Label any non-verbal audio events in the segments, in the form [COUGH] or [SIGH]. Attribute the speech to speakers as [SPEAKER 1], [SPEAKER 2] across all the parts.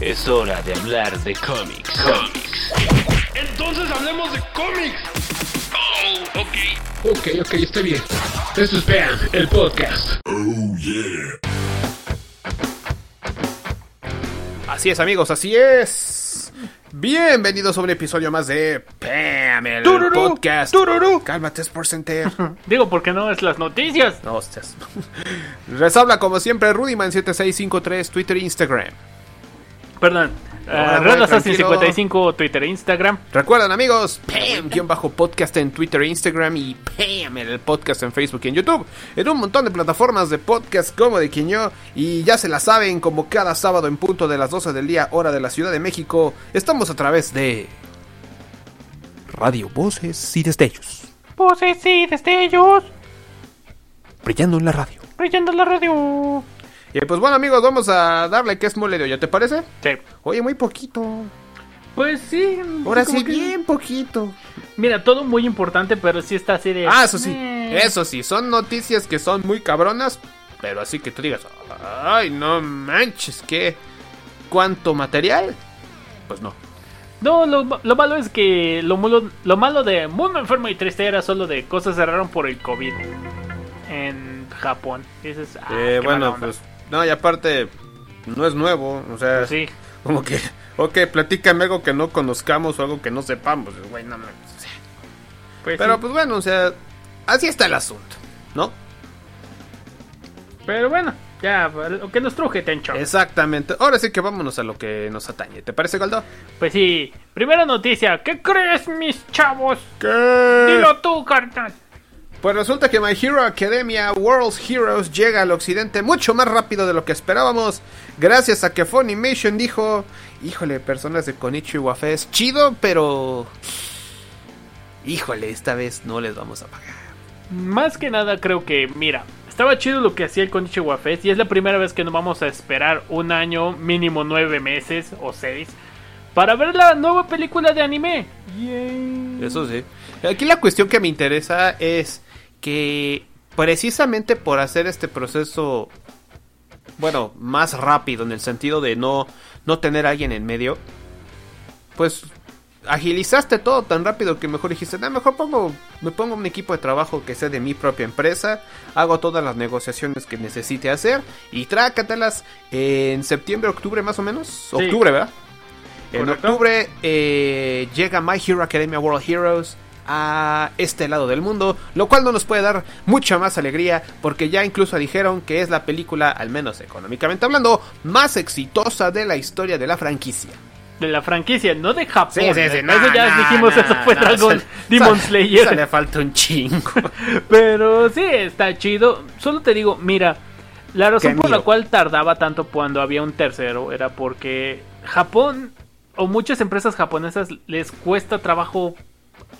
[SPEAKER 1] Es hora de hablar de cómics. Cómics.
[SPEAKER 2] Entonces hablemos de cómics. Oh, ok.
[SPEAKER 3] Ok, ok, está bien. Esto es BAM, el podcast.
[SPEAKER 4] Así es, amigos, así es. Bienvenidos a un episodio más de Pam, el podcast. Cálmate, Sports Center.
[SPEAKER 5] Digo, porque no es las noticias.
[SPEAKER 4] No, hostias. Les habla, como siempre, Rudyman7653, Twitter e Instagram.
[SPEAKER 5] Perdón. Eh,
[SPEAKER 4] Ahora,
[SPEAKER 5] Red
[SPEAKER 4] güey,
[SPEAKER 5] Assassin
[SPEAKER 4] tranquilo.
[SPEAKER 5] 55, Twitter e Instagram.
[SPEAKER 4] Recuerden, amigos, Pam-podcast en Twitter e Instagram y Pam, el podcast en Facebook y en YouTube. En un montón de plataformas de podcast como de quien yo. Y ya se la saben, como cada sábado en punto de las 12 del día, hora de la Ciudad de México, estamos a través de Radio Voces y Destellos.
[SPEAKER 5] Voces y destellos.
[SPEAKER 4] brillando en la radio.
[SPEAKER 5] Brillando la radio.
[SPEAKER 4] Y pues bueno, amigos, vamos a darle que es mole de olla, ¿te parece?
[SPEAKER 5] Sí.
[SPEAKER 4] Oye, muy poquito.
[SPEAKER 5] Pues sí.
[SPEAKER 4] Ahora
[SPEAKER 5] como
[SPEAKER 4] sí,
[SPEAKER 5] que-
[SPEAKER 4] bien poquito.
[SPEAKER 5] Mira, todo muy importante, pero sí está así de.
[SPEAKER 4] Ah, eso sí,
[SPEAKER 5] Eh.
[SPEAKER 4] eso sí, son noticias que son muy cabronas, pero así que tú digas, ay, no manches, ¿qué? ¿Cuánto material? Pues no.
[SPEAKER 5] No, lo, lo malo es que lo, malo- lo malo de Mundo Enfermo y Triste era solo de cosas cerraron por el COVID en Japón. Y dices, ah,
[SPEAKER 4] Eh,
[SPEAKER 5] qué mala onda.
[SPEAKER 4] pues, no, y aparte, no es nuevo, o sea,
[SPEAKER 5] Pues Sí.
[SPEAKER 4] como que, [LAUGHS] ok, platícame algo que no conozcamos o algo que no sepamos, güey, no mames, o sea,
[SPEAKER 5] Pues
[SPEAKER 4] Pero
[SPEAKER 5] sí.
[SPEAKER 4] pues bueno, o sea, así está el asunto, ¿no?
[SPEAKER 5] pero bueno, ya, lo que nos truje, Tencho.
[SPEAKER 4] Exactamente. Ahora sí que vámonos a lo que nos atañe. ¿Te parece, Goldo?
[SPEAKER 5] Pues sí, primera noticia. ¿Qué crees, mis chavos?
[SPEAKER 4] ¿Qué?
[SPEAKER 5] Dilo tú, carnal.
[SPEAKER 4] Pues resulta que My Hero Academia World's Heroes llega al occidente mucho más rápido de lo que esperábamos. Gracias a que Funimation dijo: Híjole, personas de Konichiwa es chido, pero. Híjole, esta vez no les vamos a pagar.
[SPEAKER 5] Más que nada creo que, mira, estaba chido lo que hacía el Konichiwa Fest y es la primera vez que nos vamos a esperar un año, mínimo nueve meses o seis, para ver la nueva película de anime. Yay.
[SPEAKER 4] Eso sí. Aquí la cuestión que me interesa es que precisamente por hacer este proceso, bueno, más rápido en el sentido de no, no tener a alguien en medio, pues agilizaste todo tan rápido que mejor dijiste, "No, mejor pongo, me pongo un equipo de trabajo que sea de mi propia empresa, hago todas las negociaciones que necesite hacer y trácatelas en septiembre, octubre más o menos. Octubre, ¿verdad? En
[SPEAKER 5] Correcto.
[SPEAKER 4] octubre eh, llega My Hero Academia World Heroes a este lado del mundo, lo cual no nos puede dar mucha más alegría porque ya incluso dijeron que es la película, al menos económicamente hablando, más exitosa de la historia de la franquicia.
[SPEAKER 5] De la franquicia, no de Japón.
[SPEAKER 4] Sí, sí, sí, no,
[SPEAKER 5] eso ya
[SPEAKER 4] no,
[SPEAKER 5] dijimos,
[SPEAKER 4] no,
[SPEAKER 5] eso fue
[SPEAKER 4] no,
[SPEAKER 5] Dragon
[SPEAKER 4] esa-
[SPEAKER 5] Demon
[SPEAKER 4] esa-
[SPEAKER 5] Slayer.
[SPEAKER 4] esa le falta un chingo.
[SPEAKER 5] Pero sí, está chido. Solo te digo, mira, la razón
[SPEAKER 4] Qué
[SPEAKER 5] por la
[SPEAKER 4] miedo.
[SPEAKER 5] cual tardaba tanto cuando había un tercero era porque Japón o muchas empresas japonesas les cuesta trabajo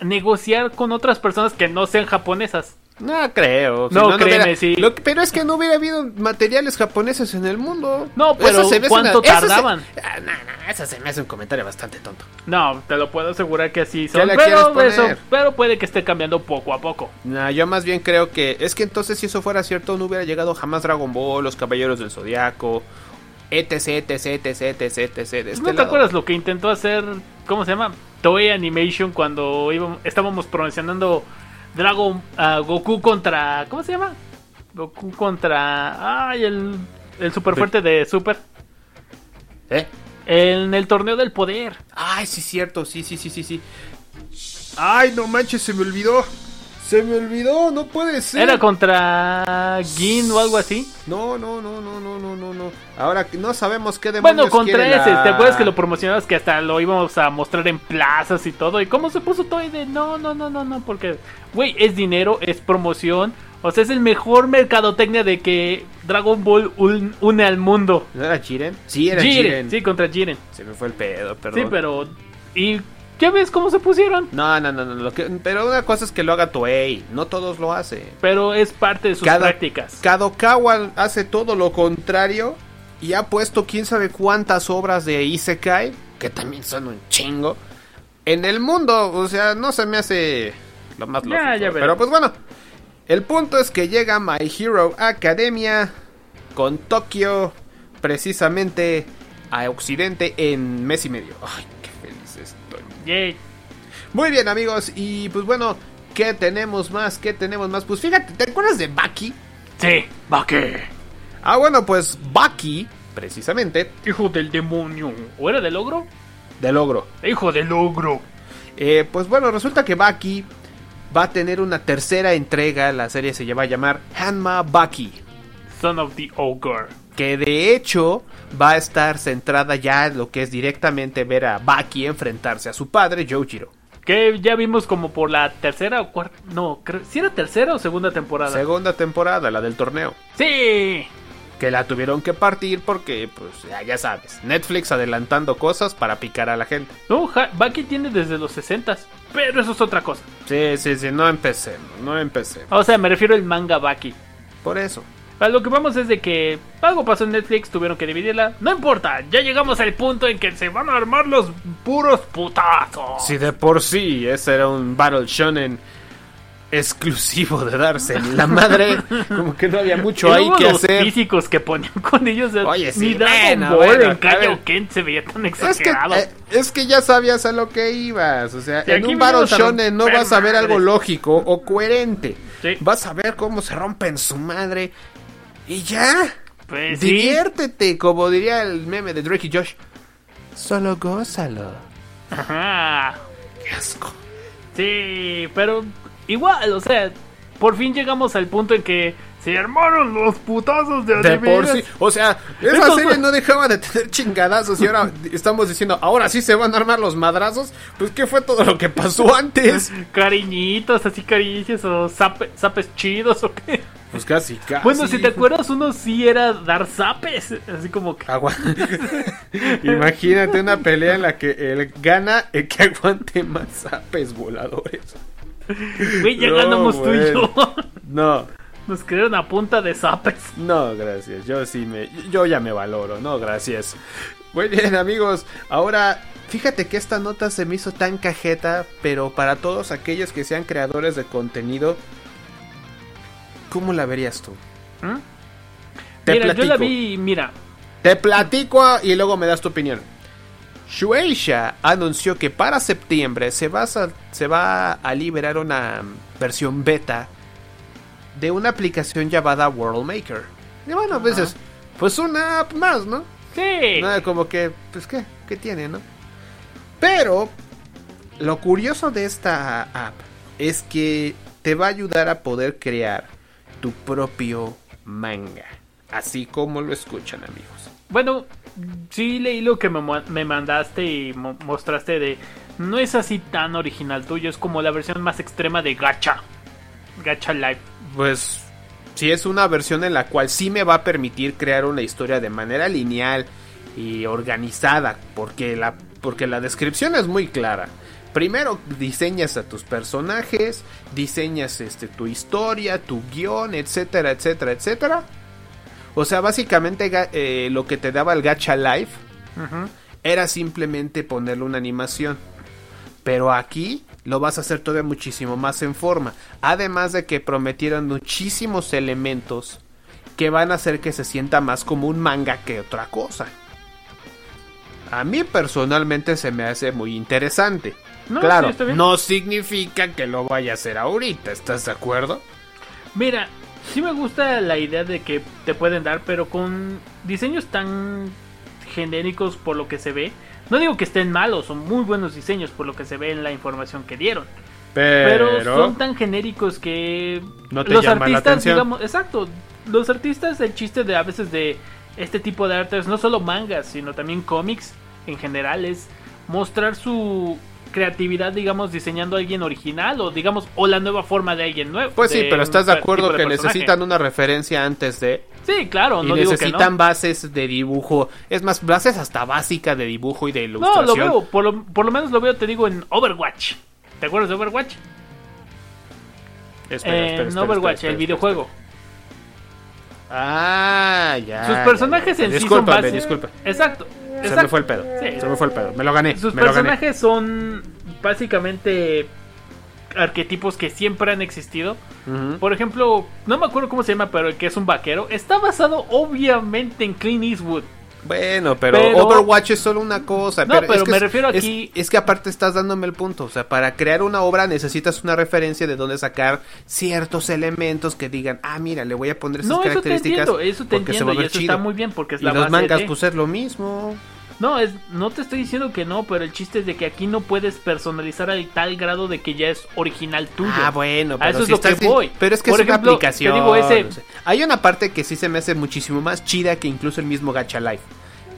[SPEAKER 5] negociar con otras personas que no sean japonesas.
[SPEAKER 4] [LAUGHS] No creo.
[SPEAKER 5] No, créeme,
[SPEAKER 4] hubiera-
[SPEAKER 5] sí.
[SPEAKER 4] lo que- pero es que no hubiera habido materiales japoneses en el mundo.
[SPEAKER 5] No, pero
[SPEAKER 4] Eso se me hace
[SPEAKER 5] ¿cuánto
[SPEAKER 4] una- eso se-
[SPEAKER 5] tardaban?
[SPEAKER 4] Ah, no, no, eso se me hace un comentario bastante tonto.
[SPEAKER 5] No, te lo puedo asegurar que así son.
[SPEAKER 4] le quieres
[SPEAKER 5] Pero,
[SPEAKER 4] poner?
[SPEAKER 5] eso, pero puede que esté cambiando poco a poco.
[SPEAKER 4] Nah, yo más bien creo que es que entonces si eso fuera cierto no hubiera llegado jamás Dragon Ball, los Caballeros del Zodiaco, etc, etc, etc, etc, etc. de este
[SPEAKER 5] ¿No te
[SPEAKER 4] lado.
[SPEAKER 5] acuerdas lo que intentó hacer, cómo se llama? Toei Animation cuando íbamos- estábamos promocionando Dragon ah, Goku contra, ¿cómo se llama? Goku contra, ay, el el super fuerte de Super
[SPEAKER 4] ¿Eh?
[SPEAKER 5] en el torneo del poder.
[SPEAKER 4] Ay, sí cierto, sí, sí, sí, sí, sí. Ay, no manches, se me olvidó. Se me olvidó, no puede ser.
[SPEAKER 5] Era contra Gin o algo así.
[SPEAKER 4] No, no, no, no, no, no, no, no. Ahora que no sabemos qué demonios
[SPEAKER 5] Bueno, contra
[SPEAKER 4] quiere
[SPEAKER 5] ese,
[SPEAKER 4] la-
[SPEAKER 5] ¿te acuerdas que lo promocionabas que hasta lo íbamos a mostrar en plazas y todo? ¿Y cómo se puso Toei de no, no, no, no, no? Porque, güey, es dinero, es promoción. O sea, es el mejor mercadotecnia de que Dragon Ball un- une al mundo.
[SPEAKER 4] ¿No era Jiren? Sí, era
[SPEAKER 5] Jiren,
[SPEAKER 4] Jiren.
[SPEAKER 5] sí, contra Jiren.
[SPEAKER 4] Se me fue el pedo, perdón.
[SPEAKER 5] Sí, pero. ¿Y qué ves cómo se pusieron?
[SPEAKER 4] No, no, no, no. lo que- pero una cosa es que lo haga Toei. No todos lo hacen.
[SPEAKER 5] Pero es parte de sus
[SPEAKER 4] Cada-
[SPEAKER 5] prácticas.
[SPEAKER 4] Kadokawa hace todo lo contrario y ha puesto quién sabe cuántas obras de Isekai, que también son un chingo, en el mundo. O sea, no se me hace lo más
[SPEAKER 5] Ya,
[SPEAKER 4] lógico.
[SPEAKER 5] ya veremos.
[SPEAKER 4] pero pues bueno, el punto es que llega My Hero Academia con Tokio precisamente a Occidente en mes y medio. Ay, qué feliz estoy.
[SPEAKER 5] Yay.
[SPEAKER 4] Muy bien, amigos, y pues bueno, ¿qué tenemos más? ¿Qué tenemos más? Pues fíjate, ¿te acuerdas de Baki?
[SPEAKER 5] Sí, va que.
[SPEAKER 4] Ah, bueno, pues Baki, precisamente,
[SPEAKER 5] Hijo del demonio. ¿O era del ogro?
[SPEAKER 4] del ogro.
[SPEAKER 5] Hijo del ogro.
[SPEAKER 4] Eh, pues bueno, resulta que Baki va a tener una tercera entrega. La serie se va a llamar Hanma Baki.
[SPEAKER 5] Son of the ogre.
[SPEAKER 4] Que de hecho va a estar centrada ya en lo que es directamente ver a Baki enfrentarse a su padre, Yojiro.
[SPEAKER 5] Que ya vimos como por la tercera o cuarta. No, creo. Si era tercera o segunda temporada.
[SPEAKER 4] Segunda temporada, la del torneo.
[SPEAKER 5] sí.
[SPEAKER 4] Que la tuvieron que partir porque, pues ya- ya sabes, Netflix adelantando cosas para picar a la gente.
[SPEAKER 5] No, Ha- Baki tiene desde los 60 Pero eso es otra cosa.
[SPEAKER 4] Sí, sí, sí, no empecemos, no empecemos.
[SPEAKER 5] O sea, me refiero al manga Baki.
[SPEAKER 4] Por eso.
[SPEAKER 5] A lo que vamos es de que algo pasó en Netflix, tuvieron que dividirla. No importa, ya llegamos al punto en que se van a armar los puros putazos.
[SPEAKER 4] Si de por sí ese era un Battle Shonen exclusivo de darse en la madre, [LAUGHS] como que no había mucho
[SPEAKER 5] Y
[SPEAKER 4] ahí
[SPEAKER 5] luego
[SPEAKER 4] que
[SPEAKER 5] los
[SPEAKER 4] hacer.
[SPEAKER 5] físicos que ponían [LAUGHS] con ellos. o sea,
[SPEAKER 4] Oye, sí,
[SPEAKER 5] Ni Dragon
[SPEAKER 4] bueno,
[SPEAKER 5] Ball
[SPEAKER 4] bueno,
[SPEAKER 5] en Calle
[SPEAKER 4] a ver.
[SPEAKER 5] Oken se veía tan
[SPEAKER 4] Es que,
[SPEAKER 5] exagerado.
[SPEAKER 4] eh, es que ya sabías a lo que ibas. O sea,
[SPEAKER 5] Sí,
[SPEAKER 4] en
[SPEAKER 5] aquí
[SPEAKER 4] un Battle
[SPEAKER 5] venimos a
[SPEAKER 4] Shonen no
[SPEAKER 5] romper
[SPEAKER 4] vas a ver algo
[SPEAKER 5] madres.
[SPEAKER 4] lógico o coherente.
[SPEAKER 5] Sí.
[SPEAKER 4] Vas a ver cómo se rompen su madre. Y ya.
[SPEAKER 5] Pues sí.
[SPEAKER 4] Diviértete, como diría el meme de Drake y Josh. Solo gózalo.
[SPEAKER 5] Ajá.
[SPEAKER 4] Qué asco.
[SPEAKER 5] Sí, pero igual, o sea, por fin llegamos al punto en que se armaron los putazos de,
[SPEAKER 4] De por
[SPEAKER 5] adivinas.
[SPEAKER 4] sí. O sea, esa
[SPEAKER 5] Estos-
[SPEAKER 4] serie no dejaba de tener chingadazos y ahora estamos diciendo, ahora sí se van a armar los madrazos. Pues, ¿qué fue todo lo que pasó antes?
[SPEAKER 5] Cariñitos, así caricias o zape- zapes chidos o qué.
[SPEAKER 4] Pues casi, casi.
[SPEAKER 5] Bueno, si te acuerdas, uno sí era dar zapes. Así como que.
[SPEAKER 4] Agua- [LAUGHS] Imagínate una pelea en la que el gana el que aguante más apes voladores.
[SPEAKER 5] Güey, ya
[SPEAKER 4] no,
[SPEAKER 5] ganamos tú
[SPEAKER 4] güey.
[SPEAKER 5] y yo. [LAUGHS]
[SPEAKER 4] No,
[SPEAKER 5] Nos crearon a punta de zapes.
[SPEAKER 4] no, gracias. Yo sí me. Yo ya me valoro, no, gracias. Muy bien, amigos. Ahora, fíjate que esta nota se me hizo tan cajeta, pero para todos aquellos que sean creadores de contenido, ¿cómo la verías tú?
[SPEAKER 5] ¿Mm?
[SPEAKER 4] Te
[SPEAKER 5] mira, yo la
[SPEAKER 4] platico.
[SPEAKER 5] vi, mira.
[SPEAKER 4] Te platico y luego me das tu opinión. Shueisha anunció que para septiembre se va, a, sa- se va a liberar una mm, versión beta de una aplicación llamada World Maker. Y bueno, a veces, pues una app más, ¿no?
[SPEAKER 5] Sí.
[SPEAKER 4] Nada como que, pues qué, qué tiene, ¿no? Pero lo curioso de esta app es que te va a ayudar a poder crear tu propio manga. Así como lo escuchan, amigos.
[SPEAKER 5] Bueno, sí leí lo que me, mo- me mandaste y mo- mostraste de. No es así tan original tuyo, es como la versión más extrema de Gacha. Gacha Live.
[SPEAKER 4] pues sí es una versión en la cual sí me va a permitir crear una historia de manera lineal y organizada, porque la, porque la descripción es muy clara. Primero diseñas a tus personajes, diseñas este, tu historia, tu guión, etcétera, etcétera, etcétera. O sea, básicamente ga- eh, lo que te daba el Gacha Life era simplemente ponerle una animación. Pero aquí lo vas a hacer todavía muchísimo más en forma. Además de que prometieron muchísimos elementos que van a hacer que se sienta más como un manga que otra cosa. A mí personalmente se me hace muy interesante.
[SPEAKER 5] No,
[SPEAKER 4] claro,
[SPEAKER 5] sí, está bien.
[SPEAKER 4] no significa que lo vaya a hacer ahorita, ¿estás de acuerdo?
[SPEAKER 5] Mira, sí me gusta la idea de que te pueden dar, pero con diseños tan genéricos por lo que se ve. No digo que estén malos, son muy buenos diseños por lo que se ve en la información que dieron. Pero, son tan genéricos que
[SPEAKER 4] No te
[SPEAKER 5] los
[SPEAKER 4] llama la
[SPEAKER 5] artistas,
[SPEAKER 4] atención.
[SPEAKER 5] digamos, exacto, los artistas el chiste de a veces de este tipo de artes, no solo mangas, sino también cómics en general es mostrar su creatividad, digamos, diseñando a alguien original o digamos, o la nueva forma de alguien nuevo.
[SPEAKER 4] Pues sí,
[SPEAKER 5] de
[SPEAKER 4] pero
[SPEAKER 5] un
[SPEAKER 4] estás de
[SPEAKER 5] per-
[SPEAKER 4] acuerdo
[SPEAKER 5] tipo de
[SPEAKER 4] que
[SPEAKER 5] personaje.
[SPEAKER 4] necesitan una referencia antes de...
[SPEAKER 5] Sí, claro,
[SPEAKER 4] y
[SPEAKER 5] no digo que
[SPEAKER 4] necesitan
[SPEAKER 5] no.
[SPEAKER 4] bases de dibujo. Es más, bases hasta básica de dibujo y de
[SPEAKER 5] No,
[SPEAKER 4] ilustración.
[SPEAKER 5] lo veo, por lo, por lo menos lo veo, te digo, en Overwatch. ¿Te acuerdas de Overwatch?
[SPEAKER 4] Espera, espera,
[SPEAKER 5] en
[SPEAKER 4] espera, espera,
[SPEAKER 5] Overwatch,
[SPEAKER 4] espera,
[SPEAKER 5] el
[SPEAKER 4] espera.
[SPEAKER 5] videojuego.
[SPEAKER 4] Ah, ya.
[SPEAKER 5] Sus
[SPEAKER 4] ya,
[SPEAKER 5] personajes
[SPEAKER 4] ya,
[SPEAKER 5] en
[SPEAKER 4] ya.
[SPEAKER 5] sí son
[SPEAKER 4] Discúlpame,
[SPEAKER 5] base-
[SPEAKER 4] disculpa.
[SPEAKER 5] Exacto.
[SPEAKER 4] Se
[SPEAKER 5] exacto.
[SPEAKER 4] me fue el pedo.
[SPEAKER 5] Sí.
[SPEAKER 4] Se me fue el pedo. Me lo gané.
[SPEAKER 5] Sus
[SPEAKER 4] me lo gané.
[SPEAKER 5] personajes son básicamente arquetipos que siempre han existido.
[SPEAKER 4] Ujú.
[SPEAKER 5] Por ejemplo, no me acuerdo cómo se llama, pero el que es un vaquero está basado obviamente en Clint Eastwood.
[SPEAKER 4] Bueno, pero,
[SPEAKER 5] Pero-
[SPEAKER 4] Overwatch es solo una cosa.
[SPEAKER 5] No, pero
[SPEAKER 4] es que
[SPEAKER 5] me
[SPEAKER 4] es-
[SPEAKER 5] refiero
[SPEAKER 4] es-
[SPEAKER 5] aquí-
[SPEAKER 4] Es, que aparte estás dándome el punto. O sea, para crear una obra necesitas una referencia de dónde sacar ciertos elementos que digan, ah, mira, le voy a poner esas
[SPEAKER 5] No, eso te
[SPEAKER 4] características.
[SPEAKER 5] entiendo, eso te
[SPEAKER 4] porque se
[SPEAKER 5] entiendo
[SPEAKER 4] va a
[SPEAKER 5] y
[SPEAKER 4] ver
[SPEAKER 5] eso
[SPEAKER 4] chido".
[SPEAKER 5] está muy bien porque es
[SPEAKER 4] Y
[SPEAKER 5] la
[SPEAKER 4] los
[SPEAKER 5] base
[SPEAKER 4] mangas,
[SPEAKER 5] de-
[SPEAKER 4] pues es lo mismo.
[SPEAKER 5] No, es, no te estoy diciendo que no, pero el chiste es de que aquí no puedes personalizar al tal grado de que ya es original tuyo.
[SPEAKER 4] Ah, bueno,
[SPEAKER 5] A
[SPEAKER 4] pero
[SPEAKER 5] eso
[SPEAKER 4] si
[SPEAKER 5] es lo que
[SPEAKER 4] estás-
[SPEAKER 5] voy.
[SPEAKER 4] Pero es que
[SPEAKER 5] Por
[SPEAKER 4] es
[SPEAKER 5] ejemplo,
[SPEAKER 4] una aplicación.
[SPEAKER 5] Te digo ese,
[SPEAKER 4] o sea, hay una parte que sí se me hace muchísimo más chida que incluso el mismo Gacha Life.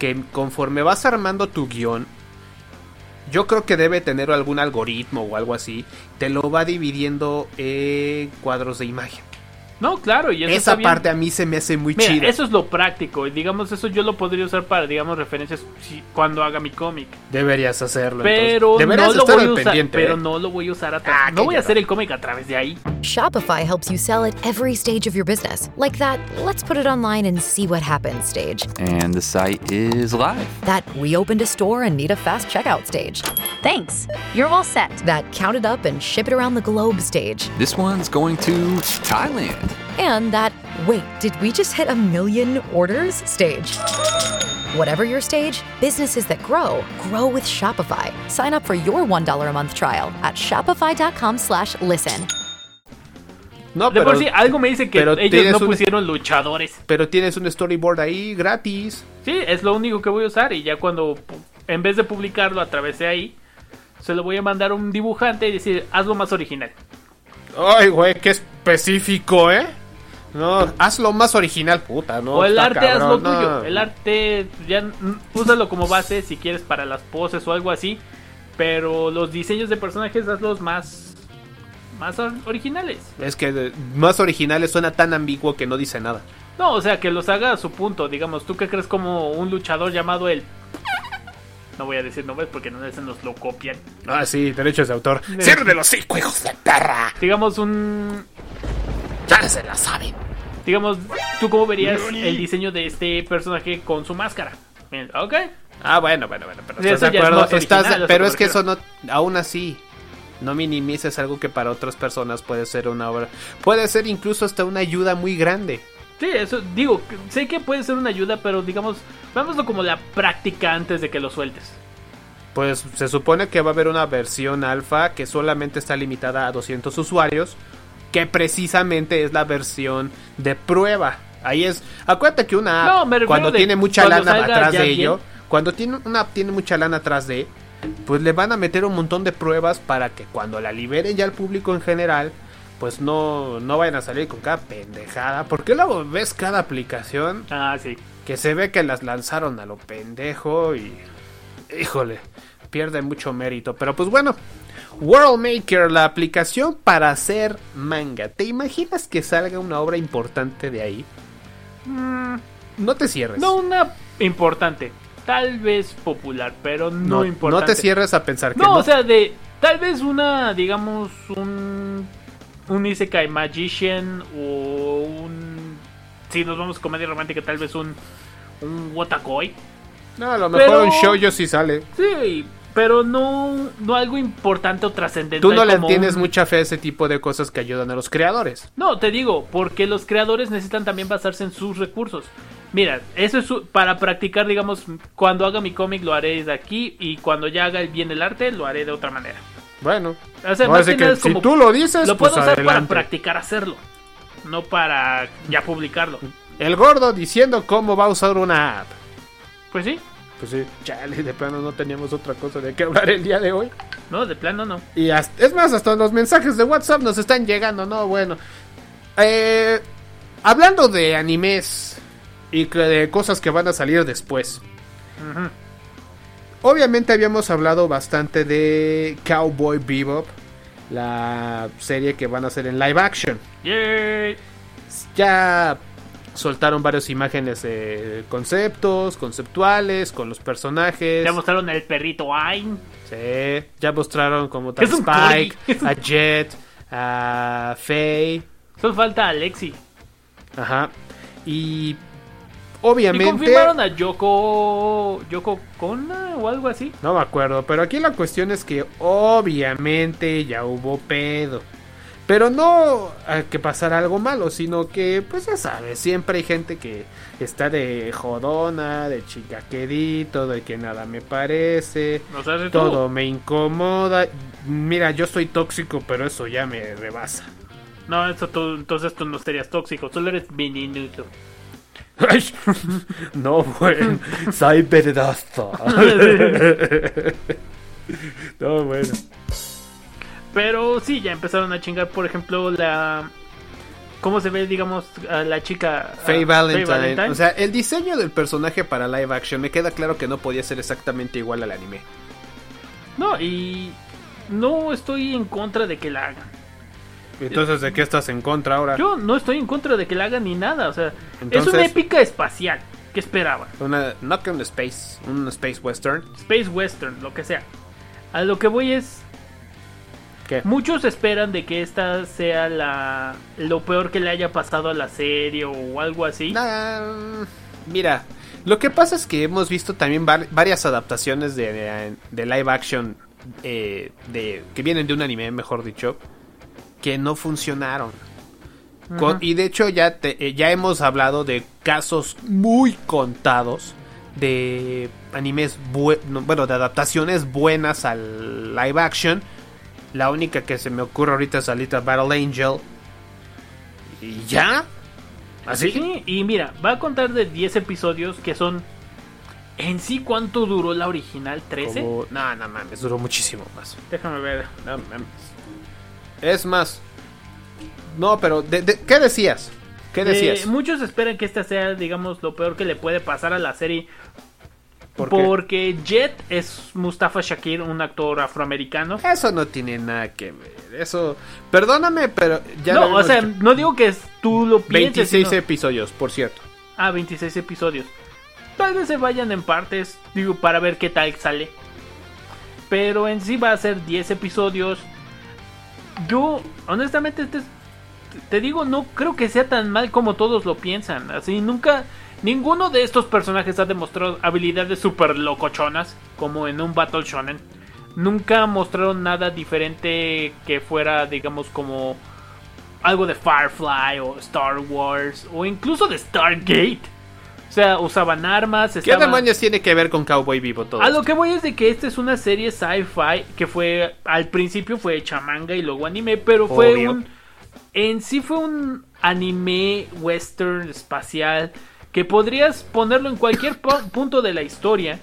[SPEAKER 4] Que conforme vas armando tu guión, yo creo que debe tener algún algoritmo o algo así. Te lo va dividiendo en cuadros de imagen.
[SPEAKER 5] No, claro, y eso está
[SPEAKER 4] Esa
[SPEAKER 5] bien.
[SPEAKER 4] parte a mí se me hace muy
[SPEAKER 5] Mira,
[SPEAKER 4] chida.
[SPEAKER 5] eso es lo práctico. Y digamos, eso yo lo podría usar para, digamos, referencias si- cuando haga mi cómic.
[SPEAKER 4] Deberías hacerlo.
[SPEAKER 5] Pero
[SPEAKER 4] entonces. Deberías
[SPEAKER 5] no lo
[SPEAKER 4] estar
[SPEAKER 5] voy
[SPEAKER 4] al
[SPEAKER 5] a usar.
[SPEAKER 4] pendiente,
[SPEAKER 5] Pero
[SPEAKER 4] ¿eh?
[SPEAKER 5] no lo voy a usar a
[SPEAKER 4] Ah,
[SPEAKER 5] No
[SPEAKER 4] qué
[SPEAKER 5] voy a hacer
[SPEAKER 4] llorón.
[SPEAKER 5] el cómic a través de ahí.
[SPEAKER 6] Shopify helps you sell at every stage of your business. Like that, let's put it online and see what happens stage.
[SPEAKER 7] And the site is live.
[SPEAKER 6] That we opened a store and need a fast checkout stage.
[SPEAKER 8] Thanks. You're all set.
[SPEAKER 6] That count it up and ship it around the globe stage.
[SPEAKER 7] This one's going to Thailand.
[SPEAKER 6] And that wait, did we just hit a million orders stage? Whatever your stage, businesses that grow grow with Shopify. Sign up for your $1 a month trial at shopify.com/listen. slash listen.
[SPEAKER 4] No,
[SPEAKER 5] De por
[SPEAKER 4] pero,
[SPEAKER 5] sí, algo me dice que
[SPEAKER 4] pero
[SPEAKER 5] ellos
[SPEAKER 4] tienes
[SPEAKER 5] no
[SPEAKER 4] un-
[SPEAKER 5] pusieron luchadores.
[SPEAKER 4] pero tienes un storyboard ahí gratis.
[SPEAKER 5] Sí, es lo único que voy a usar. Y ya cuando, pu- en vez de publicarlo a través de ahí, se lo voy a mandar a un dibujante y decir, hazlo más original.
[SPEAKER 4] Ay, güey, qué específico, ¿eh? No, hazlo más original, puta, ¿no?
[SPEAKER 5] o el
[SPEAKER 4] está
[SPEAKER 5] arte, hazlo
[SPEAKER 4] cabrón, no.
[SPEAKER 5] tuyo. El arte, ya mm, úsalo como base si quieres para las poses o algo así. Pero los diseños de personajes, hazlos más, más or- originales.
[SPEAKER 4] Es que eh, más originales suena tan ambiguo que no dice nada.
[SPEAKER 5] No, o sea, que los haga a su punto. Digamos, tú que crees como un luchador llamado el. No voy a decir nombres porque no se nos lo copian.
[SPEAKER 4] Ah, sí, derechos de autor. ¡Cierre los cinco, hijos de perra!
[SPEAKER 5] Digamos, un.
[SPEAKER 4] ¡Ya se la saben!
[SPEAKER 5] Digamos, ¿tú cómo verías el diseño de este personaje con su máscara? Bien, Ok.
[SPEAKER 4] Ah, bueno, bueno, bueno, pero
[SPEAKER 5] Sí,
[SPEAKER 4] estás
[SPEAKER 5] eso
[SPEAKER 4] de
[SPEAKER 5] ya es
[SPEAKER 4] acuerdo.
[SPEAKER 5] más
[SPEAKER 4] estás de-
[SPEAKER 5] original, a eso
[SPEAKER 4] pero
[SPEAKER 5] me
[SPEAKER 4] es que eso
[SPEAKER 5] refiero.
[SPEAKER 4] no. Aún así, no minimices algo que para otras personas puede ser una obra. Puede ser incluso hasta una ayuda muy grande.
[SPEAKER 5] Sí, eso. Digo, que- sé que puede ser una ayuda, pero digamos, vámonos como la práctica antes de que lo sueltes.
[SPEAKER 4] Pues se supone que va a haber una versión alfa que solamente está limitada a 200 usuarios, que precisamente es la versión de prueba. Ahí es, acuérdate que una app,
[SPEAKER 5] No, me refiero
[SPEAKER 4] cuando
[SPEAKER 5] de
[SPEAKER 4] tiene mucha
[SPEAKER 5] cuando
[SPEAKER 4] lana
[SPEAKER 5] salga
[SPEAKER 4] atrás
[SPEAKER 5] ya
[SPEAKER 4] de
[SPEAKER 5] bien.
[SPEAKER 4] ello, cuando tiene una app tiene mucha lana atrás de, pues le van a meter un montón de pruebas para que cuando la liberen ya al público en general, pues no, no vayan a salir con cada pendejada, porque luego ves cada aplicación
[SPEAKER 5] Ah, sí.
[SPEAKER 4] que se ve que las lanzaron a lo pendejo y. Híjole, pierde mucho mérito. Pero pues bueno, World Maker, la aplicación para hacer manga. ¿Te imaginas que salga una obra importante de ahí? Mm, no te cierres.
[SPEAKER 5] No una importante. Tal vez popular, pero no,
[SPEAKER 4] no,
[SPEAKER 5] importante.
[SPEAKER 4] no te cierres a pensar que
[SPEAKER 5] No,
[SPEAKER 4] no.
[SPEAKER 5] o sea, de tal vez una, digamos, un, un Isekai Magician o un... Si nos vamos a comedia romántica, tal vez un, un Watakoi.
[SPEAKER 4] No, a lo mejor
[SPEAKER 5] pero-
[SPEAKER 4] un show yo sí sale.
[SPEAKER 5] Sí, pero no, no algo importante o trascendental.
[SPEAKER 4] Tú no le
[SPEAKER 5] como
[SPEAKER 4] tienes
[SPEAKER 5] un-
[SPEAKER 4] mucha fe a ese tipo de cosas que ayudan a los creadores.
[SPEAKER 5] No, te digo, porque los creadores necesitan también basarse en sus recursos. Mira, eso es su- para practicar, digamos, cuando haga mi cómic lo haré de aquí y cuando ya haga el bien el arte lo haré de otra manera.
[SPEAKER 4] Bueno,
[SPEAKER 5] O sea,
[SPEAKER 4] ahora
[SPEAKER 5] más
[SPEAKER 4] sí
[SPEAKER 5] que
[SPEAKER 4] que
[SPEAKER 5] nada es
[SPEAKER 4] si
[SPEAKER 5] como-
[SPEAKER 4] tú lo dices,
[SPEAKER 5] Lo
[SPEAKER 4] pues
[SPEAKER 5] puedo usar para
[SPEAKER 4] adelante.
[SPEAKER 5] practicar hacerlo, no para ya publicarlo.
[SPEAKER 4] El gordo diciendo cómo va a usar una app.
[SPEAKER 5] Pues sí,
[SPEAKER 4] Pues sí, chale, de plano no teníamos otra cosa de qué hablar el día de hoy.
[SPEAKER 5] no, de plano no.
[SPEAKER 4] Y hasta- es más, hasta los mensajes de WhatsApp nos están llegando, ¿no? Bueno. Eh, hablando de animes y que- de cosas que van a salir después. Obviamente habíamos hablado bastante de Cowboy Bebop, la serie que van a hacer en live action.
[SPEAKER 5] Yay.
[SPEAKER 4] Ya soltaron varias imágenes de conceptos, conceptuales, con los personajes.
[SPEAKER 5] Ya mostraron el perrito Ayn.
[SPEAKER 4] Sí, ya mostraron como tal
[SPEAKER 5] Es un
[SPEAKER 4] Spike,
[SPEAKER 5] Corgi.
[SPEAKER 4] a Jet, a Faye.
[SPEAKER 5] Solo falta Alexi.
[SPEAKER 4] Ajá. Y
[SPEAKER 5] Y
[SPEAKER 4] obviamente.
[SPEAKER 5] confirmaron a Yoko. Yoko Kona o algo así.
[SPEAKER 4] No me acuerdo, pero aquí la cuestión es que obviamente ya hubo pedo. Pero no a que pasara algo malo, sino que, pues ya sabes, siempre hay gente que está de jodona, de chicaquedito, de que nada me parece,
[SPEAKER 5] Nos hace
[SPEAKER 4] todo me incomoda. Mira, yo soy tóxico, pero eso ya me rebasa.
[SPEAKER 5] No, eso tú, entonces tú no serías tóxico. Solo eres venenoso.
[SPEAKER 4] Ay, [LAUGHS] no, bueno, soy pedazo. [LAUGHS] no, bueno.
[SPEAKER 5] Pero sí, ya empezaron a chingar, por ejemplo, la. ¿Cómo se ve, digamos, a la chica? a
[SPEAKER 4] Ah, Faye Valentine. O sea, el diseño del personaje para live action me queda claro que no podía ser exactamente igual al anime.
[SPEAKER 5] no, y. No estoy en contra de que la hagan.
[SPEAKER 4] Entonces, ¿de qué estás en contra ahora?
[SPEAKER 5] Yo no estoy en contra de que la hagan ni nada. O sea, es
[SPEAKER 4] Entonces-
[SPEAKER 5] una épica espacial. ¿Qué esperaba?
[SPEAKER 4] Una, not que un space, un space western.
[SPEAKER 5] Space Western, lo que sea. A lo que voy es.
[SPEAKER 4] ¿Qué?
[SPEAKER 5] Muchos esperan de que esta sea la lo peor que le haya pasado a la serie o algo así.
[SPEAKER 4] Nah, mira, lo que pasa es que hemos visto también var- varias adaptaciones de, de- de live action eh, de, que vienen de un anime, mejor dicho, que no funcionaron. Con- y de hecho ya, te- eh, ya hemos hablado de casos muy contados de animes, bue- no, bueno, de adaptaciones buenas al live action. La única que se me ocurre ahorita es Alita Battle Angel. ¿Y ya? ¿Así?
[SPEAKER 5] Sí, y mira, va a contar de 10 episodios que son. En sí, ¿cuánto duró la original? ¿13?
[SPEAKER 4] Como- No, no mames, duró muchísimo más.
[SPEAKER 5] Déjame ver.
[SPEAKER 4] No mames. Es más. No, pero de- de- ¿qué decías? ¿Qué decías?
[SPEAKER 5] Eh, muchos esperan que esta sea, digamos, lo peor que le puede pasar a la serie.
[SPEAKER 4] ¿Por qué?
[SPEAKER 5] porque Jet es Mustafa Shakir, un actor afroamericano.
[SPEAKER 4] Eso no tiene nada que ver. Eso. Perdóname, pero ya. lo
[SPEAKER 5] no, o
[SPEAKER 4] habíamos
[SPEAKER 5] sea,
[SPEAKER 4] dicho.
[SPEAKER 5] no digo que es- tú lo pienses.
[SPEAKER 4] 26
[SPEAKER 5] sino-
[SPEAKER 4] episodios, por cierto.
[SPEAKER 5] Ah, 26 episodios. Tal vez se vayan en partes, digo, para ver qué tal sale. Pero en sí va a ser 10 episodios. Yo, honestamente, te, te digo, no creo que sea tan mal como todos lo piensan. Así, nunca... Ninguno de estos personajes ha demostrado habilidades super locochonas, como en un Battle Shonen. Nunca mostraron nada diferente que fuera, digamos, como algo de Firefly o Star Wars o incluso de Stargate. O sea, usaban armas,
[SPEAKER 4] ¿Qué
[SPEAKER 5] estaban...
[SPEAKER 4] demonios tiene que ver con Cowboy Vivo todo?
[SPEAKER 5] A lo
[SPEAKER 4] esto?
[SPEAKER 5] que voy es de que esta es una serie sci-fi que fue al principio fue hecha manga y luego anime, pero fue
[SPEAKER 4] Obvio.
[SPEAKER 5] un en sí fue un anime western espacial que podrías ponerlo en cualquier po- punto de la historia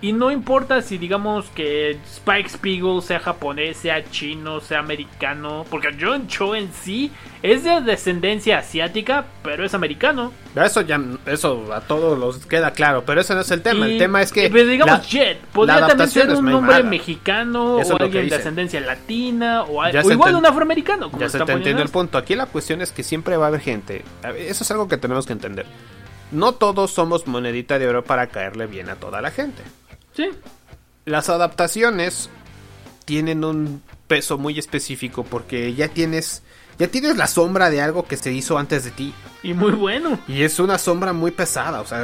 [SPEAKER 5] y no importa si digamos que Spike Spiegel sea japonés, sea chino, sea americano, porque John Cho en sí es de descendencia asiática, pero es americano.
[SPEAKER 4] Eso ya, eso a todos los queda claro, pero eso no es el tema.
[SPEAKER 5] Y,
[SPEAKER 4] el tema es que.
[SPEAKER 5] eh, pues, digamos,
[SPEAKER 4] la-
[SPEAKER 5] Jet
[SPEAKER 4] la
[SPEAKER 5] podría también
[SPEAKER 4] adaptación
[SPEAKER 5] ser
[SPEAKER 4] es
[SPEAKER 5] un
[SPEAKER 4] muy
[SPEAKER 5] hombre
[SPEAKER 4] mala.
[SPEAKER 5] mexicano
[SPEAKER 4] Eso es lo
[SPEAKER 5] o
[SPEAKER 4] que
[SPEAKER 5] alguien de
[SPEAKER 4] dicen.
[SPEAKER 5] ascendencia latina o, al-
[SPEAKER 4] Ya
[SPEAKER 5] o
[SPEAKER 4] se
[SPEAKER 5] igual
[SPEAKER 4] enten-
[SPEAKER 5] un afroamericano. Como
[SPEAKER 4] Ya se
[SPEAKER 5] está
[SPEAKER 4] te
[SPEAKER 5] poniendo
[SPEAKER 4] entiendo el
[SPEAKER 5] esto.
[SPEAKER 4] punto. Aquí la cuestión es que siempre va a haber gente. A ver, Eso es algo que tenemos que entender. No todos somos monedita de oro para caerle bien a toda la gente.
[SPEAKER 5] Sí.
[SPEAKER 4] Las adaptaciones tienen un peso muy específico porque ya tienes ya tienes la sombra de algo que se hizo antes de ti
[SPEAKER 5] Y muy bueno.
[SPEAKER 4] y es una sombra muy pesada, o sea,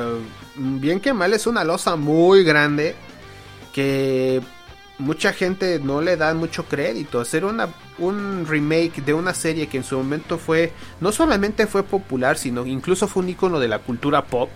[SPEAKER 4] bien que mal es una losa muy grande que mucha gente no le da mucho crédito. Hacer una, un remake de una serie que en su momento fue, no solamente fue popular, sino incluso fue un icono de la cultura pop,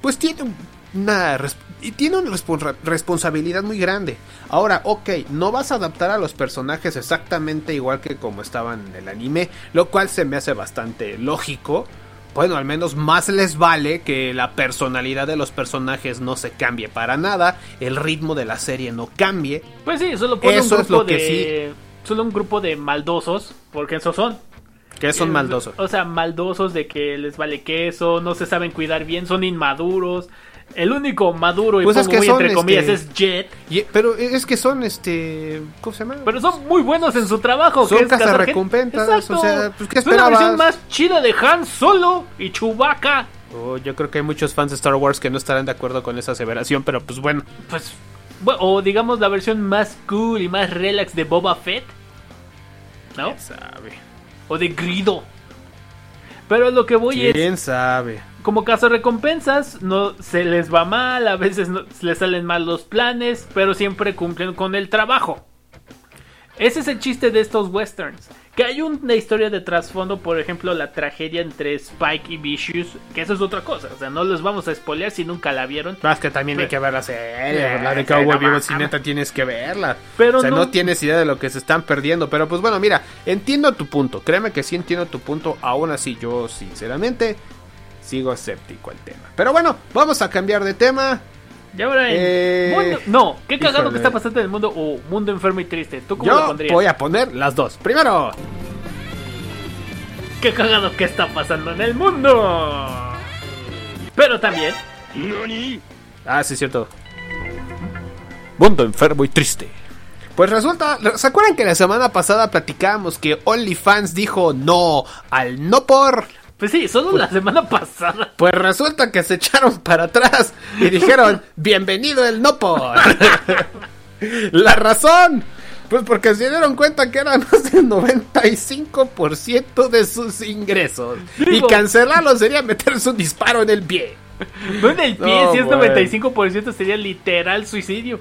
[SPEAKER 4] pues tiene un- una, res- y tiene una respon- responsabilidad muy grande. Ahora, ok, no vas a adaptar a los personajes exactamente igual que como estaban en el anime, lo cual se me hace bastante lógico. Bueno, al menos más les vale que la personalidad de los personajes no se cambie para nada, el ritmo de la serie no cambie.
[SPEAKER 5] Pues sí, solo pone
[SPEAKER 4] Eso
[SPEAKER 5] un
[SPEAKER 4] es
[SPEAKER 5] grupo
[SPEAKER 4] lo que
[SPEAKER 5] de. Solo un grupo de maldosos, porque esos son.
[SPEAKER 4] Que son
[SPEAKER 5] Eh,
[SPEAKER 4] maldosos.
[SPEAKER 5] O sea, maldosos de que les vale queso, no se saben cuidar bien, son inmaduros. El único maduro y
[SPEAKER 4] Pues es
[SPEAKER 5] pongo
[SPEAKER 4] que
[SPEAKER 5] muy
[SPEAKER 4] son,
[SPEAKER 5] entre comillas
[SPEAKER 4] este,
[SPEAKER 5] es Jet.
[SPEAKER 4] Y- pero es que son, este, ¿cómo se llama?
[SPEAKER 5] Pero son muy buenos en su trabajo.
[SPEAKER 4] Son
[SPEAKER 5] que es cazar gente.
[SPEAKER 4] cazarrecompensas,
[SPEAKER 5] Exacto.
[SPEAKER 4] o sea, pues, ¿qué
[SPEAKER 5] es una versión
[SPEAKER 4] esperabas?
[SPEAKER 5] más chida de Han Solo y Chewbacca.
[SPEAKER 4] Oh, yo creo que hay muchos fans de Star Wars que no estarán de acuerdo con esa aseveración, pero pues bueno.
[SPEAKER 5] Pues, bu- o digamos la versión más cool y más relax de Boba Fett. ¿No?
[SPEAKER 4] sabe?
[SPEAKER 5] O de Grido. Pero lo que voy es,
[SPEAKER 4] ¿Quién sabe?
[SPEAKER 5] como cazarrecompensas, no se les va mal, a veces no- se les salen mal los planes, pero siempre cumplen con el trabajo. Ese es el chiste de estos westerns. Que hay una historia de trasfondo, por ejemplo, la tragedia entre Spike y Vicious, que eso es otra cosa. O sea, no los vamos a spoilear si nunca la vieron.
[SPEAKER 4] Más que también hay que ver la serie,
[SPEAKER 5] Eh,
[SPEAKER 4] la de
[SPEAKER 5] sí,
[SPEAKER 4] Cowboy
[SPEAKER 5] no
[SPEAKER 4] Vivo,
[SPEAKER 5] mames.
[SPEAKER 4] si neta tienes que verla.
[SPEAKER 5] Pero
[SPEAKER 4] o sea, no...
[SPEAKER 5] no-
[SPEAKER 4] tienes idea de lo que se están perdiendo. Pero pues bueno, mira, entiendo tu punto. Créeme que sí entiendo tu punto. Aún así, yo sinceramente sigo escéptico al tema. Pero bueno, vamos a cambiar de tema.
[SPEAKER 5] Y ahora en
[SPEAKER 4] Eh,
[SPEAKER 5] mundo- No, qué cagado
[SPEAKER 4] híjole.
[SPEAKER 5] que está pasando en el mundo. O mundo enfermo y triste. ¿Tú cómo lo
[SPEAKER 4] Yo
[SPEAKER 5] pondrías?
[SPEAKER 4] voy a poner las dos. Primero,
[SPEAKER 5] Qué cagado que está pasando en el mundo. Pero también,
[SPEAKER 4] Ah, sí, cierto. Mundo enfermo y triste. Pues resulta, ¿se acuerdan que la semana pasada platicábamos que OnlyFans dijo no al no por?
[SPEAKER 5] pues sí, solo la semana [LAUGHS] pasada.
[SPEAKER 4] Pues resulta que se echaron [LAUGHS] para atrás y dijeron, bienvenido el no por. [LAUGHS] la razón, pues porque se dieron cuenta que era más del 95% de sus ingresos.
[SPEAKER 5] Digo-
[SPEAKER 4] Y cancelarlo sería meterse un disparo en el pie.
[SPEAKER 5] No en el pie,
[SPEAKER 4] No,
[SPEAKER 5] si es
[SPEAKER 4] güey.
[SPEAKER 5] 95% sería literal suicidio.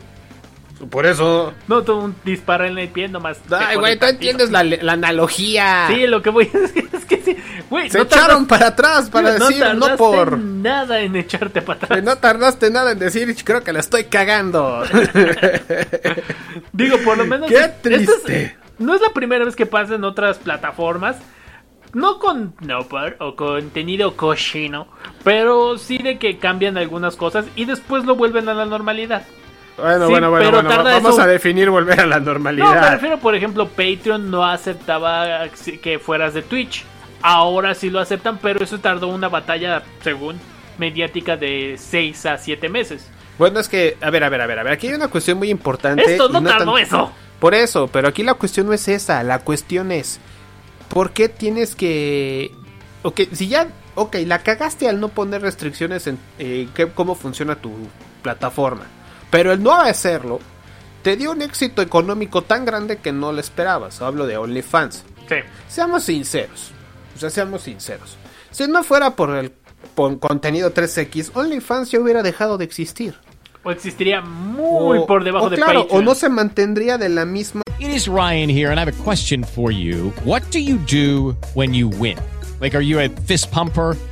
[SPEAKER 4] Por eso...
[SPEAKER 5] No, tú un disparo en el pie nomás. te
[SPEAKER 4] Ay,
[SPEAKER 5] pone
[SPEAKER 4] güey, tú
[SPEAKER 5] tantito.
[SPEAKER 4] entiendes la, la analogía.
[SPEAKER 5] Sí, lo que voy a [LAUGHS] decir es que sí. Güey,
[SPEAKER 4] Se
[SPEAKER 5] no
[SPEAKER 4] echaron
[SPEAKER 5] tardaste-
[SPEAKER 4] para atrás para
[SPEAKER 5] no
[SPEAKER 4] decir no
[SPEAKER 5] tardaste
[SPEAKER 4] por. Eh,
[SPEAKER 5] nada en echarte para
[SPEAKER 4] [LAUGHS]
[SPEAKER 5] atrás.
[SPEAKER 4] No tardaste nada en decir, creo que la estoy cagando. [LAUGHS]
[SPEAKER 5] Digo, por lo menos.
[SPEAKER 4] ¡Qué
[SPEAKER 5] esto es-
[SPEAKER 4] triste!
[SPEAKER 5] no es la primera vez que pasa en otras plataformas. No con Nopper o contenido cochino. Pero sí de que cambian algunas cosas y después lo vuelven a la normalidad.
[SPEAKER 4] bueno,
[SPEAKER 5] Sí,
[SPEAKER 4] bueno, bueno,
[SPEAKER 5] pero
[SPEAKER 4] bueno,
[SPEAKER 5] tarda
[SPEAKER 4] Vamos
[SPEAKER 5] eso.
[SPEAKER 4] a definir volver a la
[SPEAKER 5] No, me
[SPEAKER 4] normalidad.
[SPEAKER 5] refiero, por ejemplo, Patreon no aceptaba que fueras de Twitch. Ahora sí lo aceptan, pero eso tardó una batalla, según mediática, de 6 a 7 meses.
[SPEAKER 4] bueno, es que, a ver, a ver, a ver, a ver. Aquí hay una cuestión muy importante.
[SPEAKER 5] Esto
[SPEAKER 4] y
[SPEAKER 5] no
[SPEAKER 4] tan-
[SPEAKER 5] tardó eso.
[SPEAKER 4] Por eso, pero aquí la cuestión no es esa. La cuestión es: ¿por qué tienes que. Ok, si ya. Ok, la cagaste al no poner restricciones en eh, qué- cómo funciona tu plataforma. Pero el no hacerlo te dio un éxito económico tan grande que no lo esperabas. Hablo de OnlyFans.
[SPEAKER 5] Sí.
[SPEAKER 4] Seamos sinceros. O sea, seamos sinceros. Si no fuera por el por contenido 3X, OnlyFans ya hubiera dejado de existir.
[SPEAKER 5] O existiría muy
[SPEAKER 4] O-
[SPEAKER 5] por debajo
[SPEAKER 4] o
[SPEAKER 5] de
[SPEAKER 4] claro,
[SPEAKER 5] Patreon.
[SPEAKER 4] O no se mantendría de la misma
[SPEAKER 9] It is Ryan here, and I have a question for you. What do you do when you win? Like, are you a fist pumper?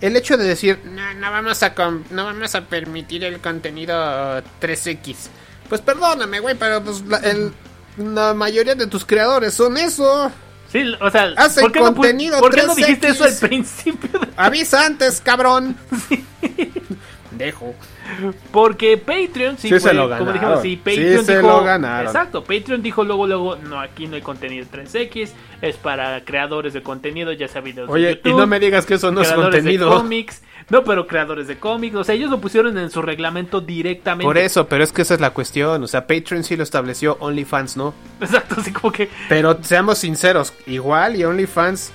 [SPEAKER 4] el hecho de decir, no, no vamos a com- no vamos a permitir el contenido 3X. Pues perdóname, güey, pero pues la, el- la mayoría de tus creadores son eso.
[SPEAKER 5] Sí, o sea,
[SPEAKER 4] Hacen
[SPEAKER 5] ¿por qué, no, pu-
[SPEAKER 4] contenido
[SPEAKER 5] ¿por qué no
[SPEAKER 4] 3X?
[SPEAKER 5] dijiste eso al [LAUGHS] principio? de-
[SPEAKER 4] Avisa antes, [LAUGHS] cabrón. Dejo.
[SPEAKER 5] Porque Patreon sí,
[SPEAKER 4] Sí
[SPEAKER 5] fue,
[SPEAKER 4] se lo
[SPEAKER 5] como
[SPEAKER 4] ganaron.
[SPEAKER 5] dijimos, sí,
[SPEAKER 4] Sí
[SPEAKER 5] Patreon
[SPEAKER 4] se
[SPEAKER 5] dijo,
[SPEAKER 4] lo ganaron.
[SPEAKER 5] Exacto, Patreon dijo luego, luego, no, aquí no hay contenido 3X, es para creadores de contenido, ya sea videos de
[SPEAKER 4] Oye, y
[SPEAKER 5] YouTube,
[SPEAKER 4] no me digas que eso no es
[SPEAKER 5] creadores
[SPEAKER 4] contenido.
[SPEAKER 5] de cómics, no, pero creadores de cómics, o sea, ellos lo pusieron en su reglamento directamente. [LAUGHS]
[SPEAKER 4] Por eso, pero es que esa es la cuestión. O sea, Patreon sí lo estableció, OnlyFans no.
[SPEAKER 5] Exacto, así como que,
[SPEAKER 4] Pero seamos sinceros, igual y OnlyFans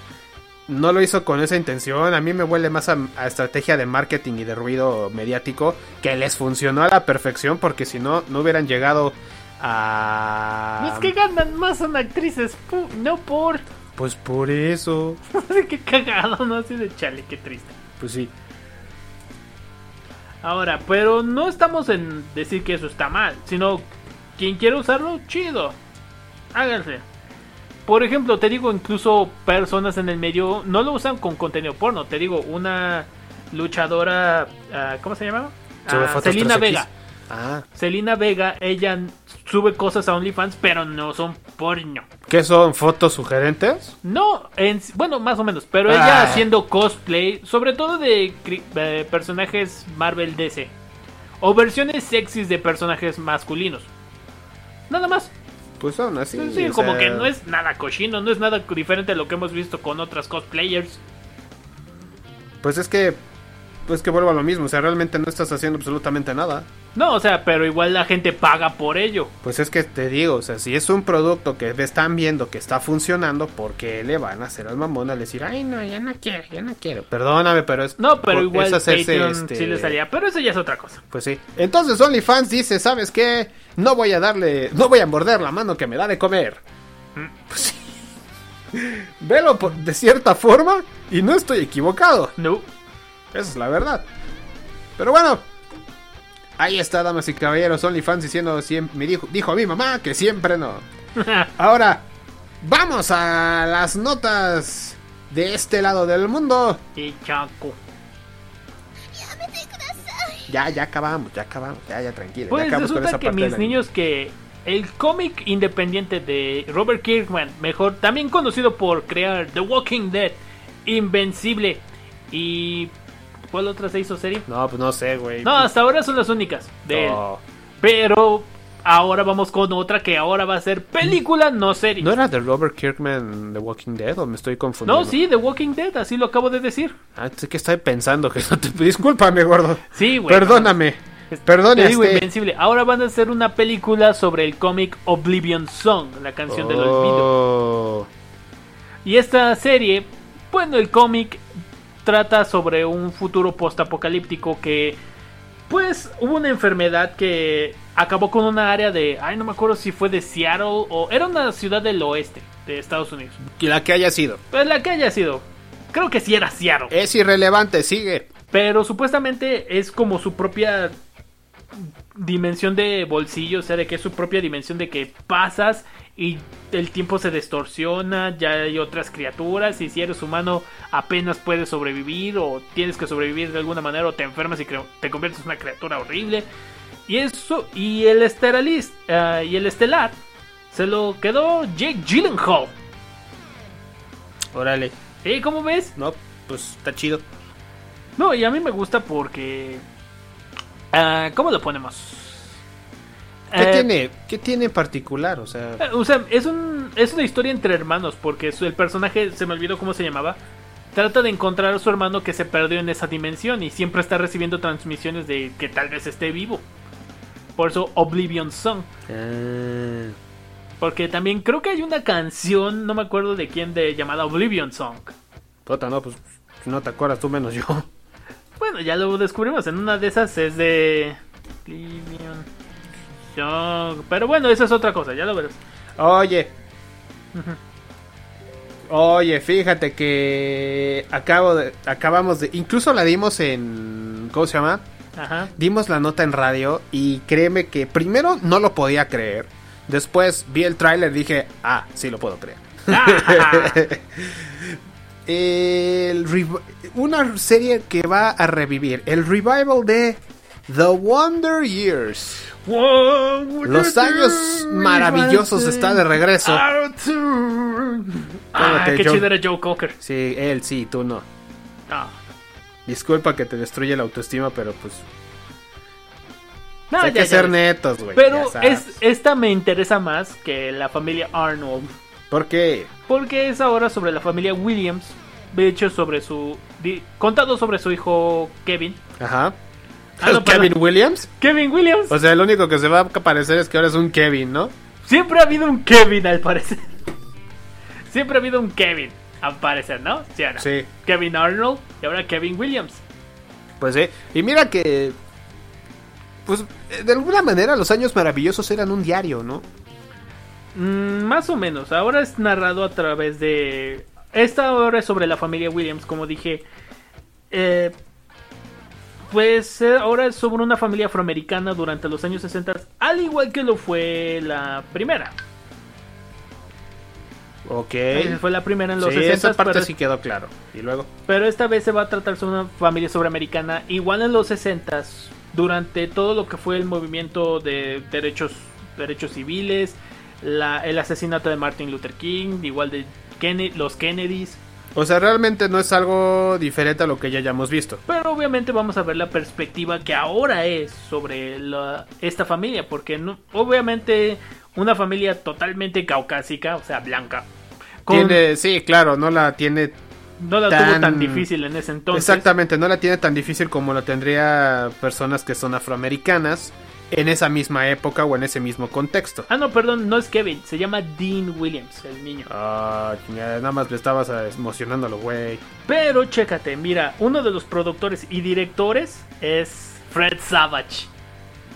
[SPEAKER 4] no lo hizo con esa intención. A mí me huele más a, a estrategia de marketing y de ruido mediático que les funcionó a la perfección porque si no, no hubieran llegado a...
[SPEAKER 5] Los que ganan más son actrices, pu- no por... [LAUGHS]
[SPEAKER 4] Pues por eso.
[SPEAKER 5] qué cagado, ¿no? Así de chale, qué triste.
[SPEAKER 4] Pues sí.
[SPEAKER 5] Ahora, pero no estamos en decir que eso está mal, sino quien quiera usarlo, chido. Háganse. Por ejemplo, te digo, incluso personas en el medio no lo usan con contenido porno. Te digo, una luchadora, ah, ¿cómo se llama?
[SPEAKER 4] Sube
[SPEAKER 5] Ah,
[SPEAKER 4] fotos
[SPEAKER 5] Selena
[SPEAKER 4] 3X.
[SPEAKER 5] Vega.
[SPEAKER 4] Ah.
[SPEAKER 5] Selena Vega, ella sube cosas a OnlyFans, pero no son porno.
[SPEAKER 4] ¿Qué son? ¿Fotos sugerentes?
[SPEAKER 5] No, en- bueno, más o menos, pero ella
[SPEAKER 4] Ah.
[SPEAKER 5] haciendo cosplay, sobre todo de cri- eh, personajes Marvel DC, o versiones sexys de personajes masculinos. Nada más.
[SPEAKER 4] Pues son así.
[SPEAKER 5] Sí,
[SPEAKER 4] o
[SPEAKER 5] como
[SPEAKER 4] sea,
[SPEAKER 5] que no es nada cochino, no es nada diferente a lo que hemos visto con otras cosplayers.
[SPEAKER 4] Pues es que... Pues que vuelva a lo mismo. O sea, realmente no estás haciendo absolutamente nada.
[SPEAKER 5] No, o sea, pero igual la gente paga por ello.
[SPEAKER 4] Pues es que te digo, o sea, si es un producto que están viendo que está funcionando, ¿por qué le van a hacer al mamón al decir, ay, no, ya no quiero, ya no quiero? Perdóname, pero es.
[SPEAKER 5] No, pero
[SPEAKER 4] por-
[SPEAKER 5] igual
[SPEAKER 4] es hacerse,
[SPEAKER 5] Patreon
[SPEAKER 4] este,
[SPEAKER 5] sí le salía, pero eso ya es otra cosa.
[SPEAKER 4] Pues sí. Entonces OnlyFans dice, ¿sabes qué? No voy a darle, no voy a morder la mano que me da de comer.
[SPEAKER 5] Mm.
[SPEAKER 4] [LAUGHS] Pues sí. Velo por- de cierta forma y no estoy equivocado.
[SPEAKER 5] No.
[SPEAKER 4] Esa es la verdad. Pero bueno. Ahí está, damas y caballeros, OnlyFans diciendo, siem- me dijo, dijo a mi mamá que siempre
[SPEAKER 5] [LAUGHS]
[SPEAKER 4] no. Ahora, vamos a las notas de este lado del mundo.
[SPEAKER 5] Y chaco.
[SPEAKER 4] Ya, ya acabamos, ya acabamos, ya, ya tranquilo.
[SPEAKER 5] Pues
[SPEAKER 4] ya Eh, acabamos con
[SPEAKER 5] resulta
[SPEAKER 4] esa
[SPEAKER 5] que
[SPEAKER 4] parte
[SPEAKER 5] mis
[SPEAKER 4] del anime.
[SPEAKER 5] niños que el cómic independiente de Robert Kirkman, mejor también conocido por crear The Walking Dead, Invencible y ¿cuál otra se hizo serie?
[SPEAKER 4] No, pues no sé, güey.
[SPEAKER 5] No, hasta ahora son las únicas de él.
[SPEAKER 4] No.
[SPEAKER 5] Pero ahora vamos con otra que ahora va a ser película, no serie.
[SPEAKER 4] ¿No era de Robert Kirkman The Walking Dead o me estoy confundiendo?
[SPEAKER 5] No, sí, The Walking Dead, así lo acabo de decir.
[SPEAKER 4] Ah, es que estoy pensando [LAUGHS] que no te... Discúlpame, gordo.
[SPEAKER 5] Sí, güey.
[SPEAKER 4] Perdóname. este- Perdóname.
[SPEAKER 5] Te digo, Invencible. Ahora van a hacer una película sobre el cómic Oblivion Song, la canción del
[SPEAKER 4] Oh.
[SPEAKER 5] olvido. Y esta serie, bueno, el cómic trata sobre un futuro postapocalíptico que, pues, hubo una enfermedad que acabó con una área de, ay, no me acuerdo si fue de Seattle o era una ciudad del oeste de Estados Unidos.
[SPEAKER 4] Y la que haya sido.
[SPEAKER 5] Pues la que haya sido, creo que sí era Seattle.
[SPEAKER 4] Es irrelevante, sigue.
[SPEAKER 5] Pero supuestamente es como su propia dimensión de bolsillo, o sea, de que es su propia dimensión de que pasas y el tiempo se distorsiona, ya hay otras criaturas y si eres humano apenas puedes sobrevivir o tienes que sobrevivir de alguna manera o te enfermas y cre- te conviertes en una criatura horrible. Y eso, y el estelaris, ah, y el estelar se lo quedó Jake Gyllenhaal.
[SPEAKER 4] Órale.
[SPEAKER 5] ¿Y cómo ves?
[SPEAKER 4] No, pues está chido.
[SPEAKER 5] No, y a mí me gusta porque. ah, ¿Cómo lo ponemos?
[SPEAKER 4] ¿Qué
[SPEAKER 5] Eh,
[SPEAKER 4] tiene? ¿Qué tiene en particular? O sea,
[SPEAKER 5] eh, O sea, es, un, es una historia entre hermanos, porque su- el personaje, se me olvidó cómo se llamaba, trata de encontrar a su hermano que se perdió en esa dimensión y siempre está recibiendo transmisiones de que tal vez esté vivo. Por eso Oblivion Song. Porque también creo que hay una canción, no me acuerdo de quién, de llamada Oblivion Song.
[SPEAKER 4] puta, no, pues no te acuerdas tú menos yo. [LAUGHS]
[SPEAKER 5] Bueno, ya lo descubrimos. En una de esas es de. Oblivion Song. Pero bueno, eso es otra cosa, ya lo verás.
[SPEAKER 4] Oye. Oye, fíjate que acabo de, acabamos de, incluso la dimos en, ¿cómo se llama?
[SPEAKER 5] Ajá.
[SPEAKER 4] Dimos la nota en radio y créeme que primero no lo podía creer. Después vi el tráiler y dije, ah, sí lo puedo
[SPEAKER 5] [LAUGHS]
[SPEAKER 4] creer. El rev- una serie que va a revivir. El revival de The Wonder Years. Los años maravillosos está de regreso.
[SPEAKER 5] Ah,
[SPEAKER 4] Cálmate,
[SPEAKER 5] qué
[SPEAKER 4] Joe.
[SPEAKER 5] chido era Joe Cocker.
[SPEAKER 4] Sí, él sí, tú no.
[SPEAKER 5] Ah.
[SPEAKER 4] Disculpa que te destruye la autoestima, pero pues
[SPEAKER 5] No, ya,
[SPEAKER 4] hay que
[SPEAKER 5] ya
[SPEAKER 4] ser
[SPEAKER 5] ves.
[SPEAKER 4] netos, güey. ya
[SPEAKER 5] Pero
[SPEAKER 4] sabes.
[SPEAKER 5] es, esta me interesa más que la familia Arnold.
[SPEAKER 4] ¿Por qué?
[SPEAKER 5] Porque es ahora sobre la familia Williams. De hecho, sobre su. di- contado sobre su hijo Kevin.
[SPEAKER 4] Ajá.
[SPEAKER 5] Ah, no,
[SPEAKER 4] [LAUGHS] ¿Kevin
[SPEAKER 5] perdón.
[SPEAKER 4] Williams?
[SPEAKER 5] Kevin Williams.
[SPEAKER 4] O sea, el único que se va a aparecer es que ahora es un Kevin, ¿no?
[SPEAKER 5] [LAUGHS] Siempre ha habido un Kevin, al parecer. Siempre ha habido un Kevin. al parecer, ¿no? Sí, ahora.
[SPEAKER 4] Sí.
[SPEAKER 5] Kevin Arnold y ahora Kevin Williams.
[SPEAKER 4] Pues sí. Y mira que. Pues de alguna manera los años maravillosos eran un diario, ¿no?
[SPEAKER 5] Mm, más o menos. Ahora es narrado a través de. Esta obra es sobre la familia Williams, como dije. Eh, pues eh, ahora es sobre una familia afroamericana durante los años 60, al igual que lo fue la primera.
[SPEAKER 4] Ok.
[SPEAKER 5] Esa fue la primera en los
[SPEAKER 4] Sí,
[SPEAKER 5] 60.
[SPEAKER 4] esa parte
[SPEAKER 5] pero-
[SPEAKER 4] sí quedó claro. Y luego.
[SPEAKER 5] Pero esta vez se va a tratar sobre una familia sobreamericana, igual en los 60 durante todo lo que fue el movimiento de derechos, derechos civiles, la- el asesinato de Martin Luther King, igual de Kenne- los Kennedys.
[SPEAKER 4] O sea, realmente no es algo diferente a lo que ya hayamos visto.
[SPEAKER 5] Pero obviamente vamos a ver la perspectiva que ahora es sobre la- esta familia, porque no- obviamente una familia totalmente caucásica, o sea, blanca, con-
[SPEAKER 4] Tiene, sí, claro, no la tiene.
[SPEAKER 5] no la tuvo tan difícil en ese entonces.
[SPEAKER 4] Exactamente, no la tiene tan difícil como la tendría personas que son afroamericanas en esa misma época o en ese mismo contexto.
[SPEAKER 5] Ah, no, perdón, no es Kevin, se llama Dean Williams, el niño.
[SPEAKER 4] Ah, chingada, nada más le estabas ah, emocionándolo, güey.
[SPEAKER 5] Pero chécate, mira, uno de los productores y directores es Fred Savage.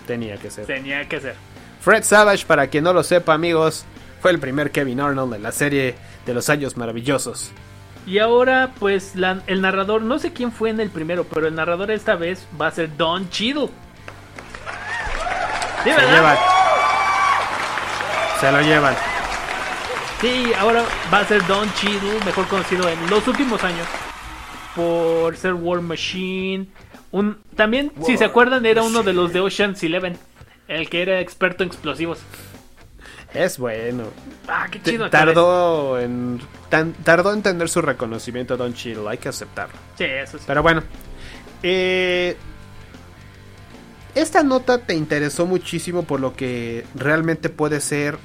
[SPEAKER 4] Tenía que ser.
[SPEAKER 5] Tenía que ser.
[SPEAKER 4] Fred Savage, para quien no lo sepa, amigos, fue el primer Kevin Arnold en la serie de los años maravillosos.
[SPEAKER 5] Y ahora, pues, la- el narrador, no sé quién fue en el primero, pero el narrador esta vez va a ser Don Chido. Sí, [LAUGHS]
[SPEAKER 4] Se
[SPEAKER 5] ¿verdad?
[SPEAKER 4] llevan. Se lo llevan.
[SPEAKER 5] Sí, ahora va a ser Don Cheadle, mejor conocido en los últimos años por ser War Machine. Un, también, si se acuerdan, era uno de los de Ocean's Eleven, el que era experto en explosivos.
[SPEAKER 4] Es bueno.
[SPEAKER 5] Ah, qué
[SPEAKER 4] T-
[SPEAKER 5] chido. actor es.
[SPEAKER 4] tardó en tan- tardó en tener su reconocimiento Don Cheadle, hay que aceptarlo.
[SPEAKER 5] Sí, eso sí.
[SPEAKER 4] Pero bueno, eh, esta nota te interesó muchísimo por lo que realmente puede ser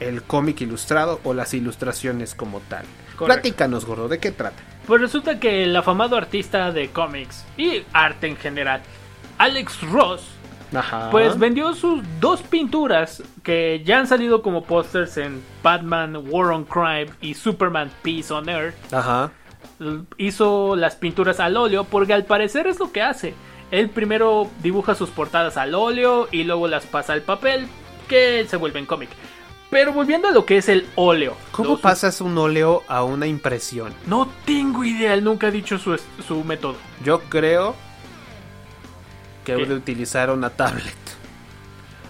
[SPEAKER 4] el cómic ilustrado o las ilustraciones como tal.
[SPEAKER 5] Correcto.
[SPEAKER 4] Platícanos, gordo, ¿de qué trata?
[SPEAKER 5] Pues resulta que el afamado artista de cómics y arte en general, Alex Ross,
[SPEAKER 4] Ajá.
[SPEAKER 5] pues vendió sus dos pinturas que ya han salido como pósters en Batman War on Crime y Superman Peace on Earth.
[SPEAKER 4] Ajá.
[SPEAKER 5] L- Hizo las pinturas al óleo porque al parecer es lo que hace. Él primero dibuja sus portadas al óleo y luego las pasa al papel, que se vuelve en cómic. Pero volviendo a lo que es el óleo.
[SPEAKER 4] ¿Cómo
[SPEAKER 5] los-
[SPEAKER 4] pasas un óleo a una impresión?
[SPEAKER 5] No tengo idea, él nunca ha dicho su, es- su método.
[SPEAKER 4] Yo creo que
[SPEAKER 5] ¿Qué?
[SPEAKER 4] debe utilizar una tablet.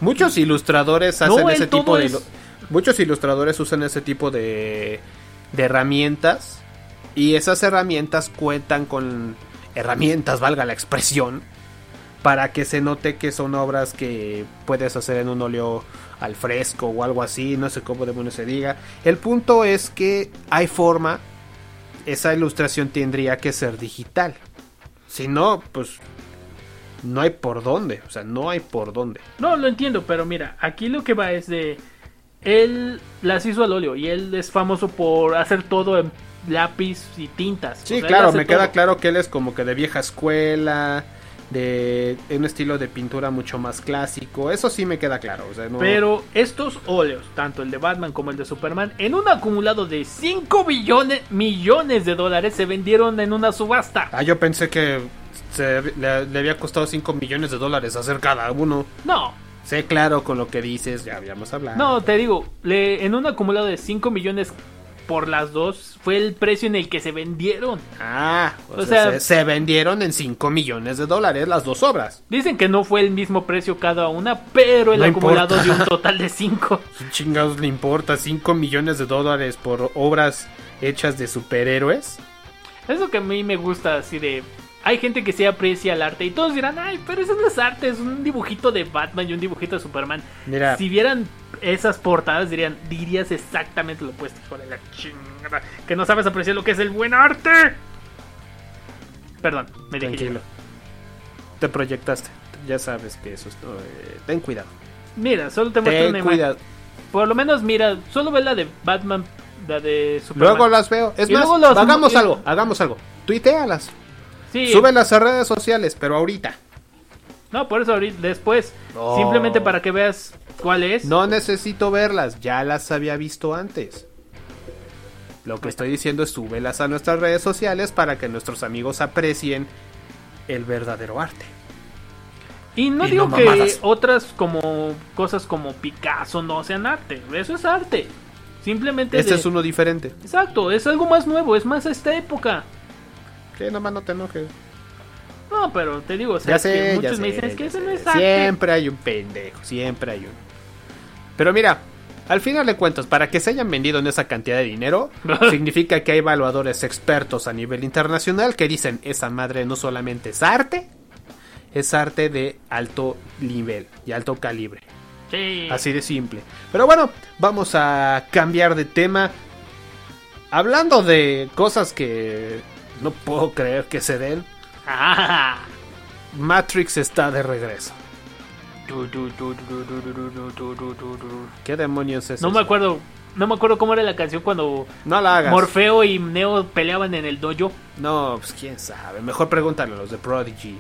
[SPEAKER 4] Muchos ilustradores
[SPEAKER 5] No,
[SPEAKER 4] hacen
[SPEAKER 5] él
[SPEAKER 4] ese
[SPEAKER 5] todo
[SPEAKER 4] tipo de
[SPEAKER 5] es-
[SPEAKER 4] ilu- muchos ilustradores usan ese tipo de de herramientas y esas herramientas cuentan con herramientas, valga la expresión, para que se note que son obras que puedes hacer en un óleo al fresco o algo así, no sé cómo demonios se diga. El punto es que hay forma, esa ilustración tendría que ser digital. Si no, pues no hay por dónde, o sea, no hay por dónde.
[SPEAKER 5] No, lo entiendo, pero mira, aquí lo que va es de. Él las hizo al óleo y él es famoso por hacer todo en lápiz y tintas. O
[SPEAKER 4] Sí,
[SPEAKER 5] sea, él
[SPEAKER 4] claro,
[SPEAKER 5] hace
[SPEAKER 4] me queda
[SPEAKER 5] todo.
[SPEAKER 4] claro que él es como que de vieja escuela, de un estilo de pintura mucho más clásico, eso sí me queda claro, o sea, no-
[SPEAKER 5] Pero estos óleos, tanto el de Batman como el de Superman, en un acumulado de 5 billones, millones de dólares se vendieron en una subasta.
[SPEAKER 4] Ah, yo pensé que se- le, le había costado 5 millones de dólares hacer cada uno.
[SPEAKER 5] No,
[SPEAKER 4] Sé claro con lo que dices, ya habíamos hablado.
[SPEAKER 5] no, te digo, le- en un acumulado de 5 millones por las dos fue el precio en el que se vendieron.
[SPEAKER 4] Ah, o,
[SPEAKER 5] O
[SPEAKER 4] sea,
[SPEAKER 5] sea-
[SPEAKER 4] se, se vendieron en 5 millones de dólares las dos obras.
[SPEAKER 5] Dicen que no fue el mismo precio cada una, pero el
[SPEAKER 4] No
[SPEAKER 5] acumulado
[SPEAKER 4] importa.
[SPEAKER 5] de un total de 5.
[SPEAKER 4] ¿Qué chingados le importa 5 millones de dólares por obras hechas de superhéroes?
[SPEAKER 5] Es lo que a mí me gusta, así de... Hay gente que sí aprecia el arte y todos dirán, ay, pero eso no es arte, es un dibujito de Batman y un dibujito de Superman.
[SPEAKER 4] Mira.
[SPEAKER 5] Si vieran esas portadas dirían, dirías exactamente lo opuesto, hijo de la chingada, que no sabes apreciar lo que es el buen arte. Perdón, me dejé
[SPEAKER 4] Tranquilo.
[SPEAKER 5] llevar.
[SPEAKER 4] Te proyectaste. Ya sabes que eso es todo, eh, ten cuidado.
[SPEAKER 5] Mira, solo te muestro una
[SPEAKER 4] Ten
[SPEAKER 5] imagen.
[SPEAKER 4] cuidado.
[SPEAKER 5] Por lo menos mira, solo ve la de Batman, la de Superman.
[SPEAKER 4] Luego eh, las veo. Es
[SPEAKER 5] Y
[SPEAKER 4] más,
[SPEAKER 5] luego las-
[SPEAKER 4] hagamos
[SPEAKER 5] y-
[SPEAKER 4] algo. Hagamos algo. Tuitealas.
[SPEAKER 5] Sí,
[SPEAKER 4] Súbelas a redes sociales, pero ahorita.
[SPEAKER 5] No, por eso ahorita, después,
[SPEAKER 4] No.
[SPEAKER 5] simplemente para que veas cuál es.
[SPEAKER 4] No necesito verlas, ya las había visto antes. Lo que estoy diciendo es súbelas a nuestras redes sociales para que nuestros amigos aprecien el verdadero arte.
[SPEAKER 5] Y no
[SPEAKER 4] Y
[SPEAKER 5] digo
[SPEAKER 4] no
[SPEAKER 5] que
[SPEAKER 4] mamadas.
[SPEAKER 5] otras como cosas como Picasso no sean arte. Eso es arte. Simplemente
[SPEAKER 4] Este
[SPEAKER 5] de-
[SPEAKER 4] es uno diferente.
[SPEAKER 5] Exacto, es algo más nuevo, es más esta época.
[SPEAKER 4] Que nomás no te enojes.
[SPEAKER 5] No, pero te digo, o sea,
[SPEAKER 4] Ya
[SPEAKER 5] es que
[SPEAKER 4] sé, ya
[SPEAKER 5] muchos
[SPEAKER 4] sé,
[SPEAKER 5] me dicen "Es que
[SPEAKER 4] ya
[SPEAKER 5] eso
[SPEAKER 4] sé.
[SPEAKER 5] no es arte.
[SPEAKER 4] Siempre hay un pendejo, siempre hay uno. Pero mira, al final de cuentas, para que se hayan vendido en esa cantidad
[SPEAKER 5] [LAUGHS]
[SPEAKER 4] de dinero, significa que hay evaluadores expertos a nivel internacional que dicen, esa madre no solamente es arte, es arte de alto nivel y alto calibre.
[SPEAKER 5] Sí. [LAUGHS]
[SPEAKER 4] Así de simple. Pero bueno, vamos a cambiar de tema. Hablando de cosas que no puedo creer que se den. Matrix está de regreso. ¿Qué demonios es
[SPEAKER 5] No
[SPEAKER 4] eso?
[SPEAKER 5] me acuerdo, no me acuerdo cómo era la canción cuando
[SPEAKER 4] No la hagas.
[SPEAKER 5] Morfeo y Neo peleaban en el dojo.
[SPEAKER 4] No, pues quién sabe. Mejor pregúntale a los de Prodigy.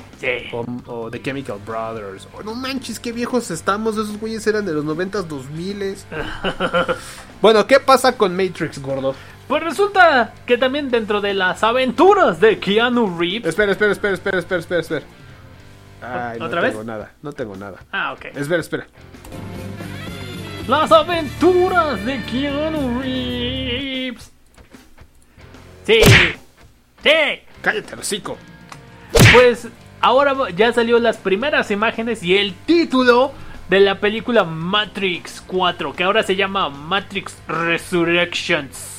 [SPEAKER 4] O, o The Chemical Brothers. O- no manches, qué viejos estamos. Esos güeyes eran de los 90s,
[SPEAKER 5] [LAUGHS]
[SPEAKER 4] 2000s. bueno, ¿qué pasa con Matrix, gordo?
[SPEAKER 5] Pues resulta que también dentro de las aventuras de Keanu Reeves.
[SPEAKER 4] Espera, espera, espera, espera, espera, espera, espera. Ay,
[SPEAKER 5] ¿Otra
[SPEAKER 4] no
[SPEAKER 5] vez?
[SPEAKER 4] tengo nada, no tengo nada.
[SPEAKER 5] Ah, ok.
[SPEAKER 4] Espera, espera.
[SPEAKER 5] Las aventuras de Keanu Reeves. Sí. Sí.
[SPEAKER 4] Cállate, hocico.
[SPEAKER 5] Pues ahora ya salió las primeras imágenes y el título de la película Matrix 4, que ahora se llama Matrix Resurrections.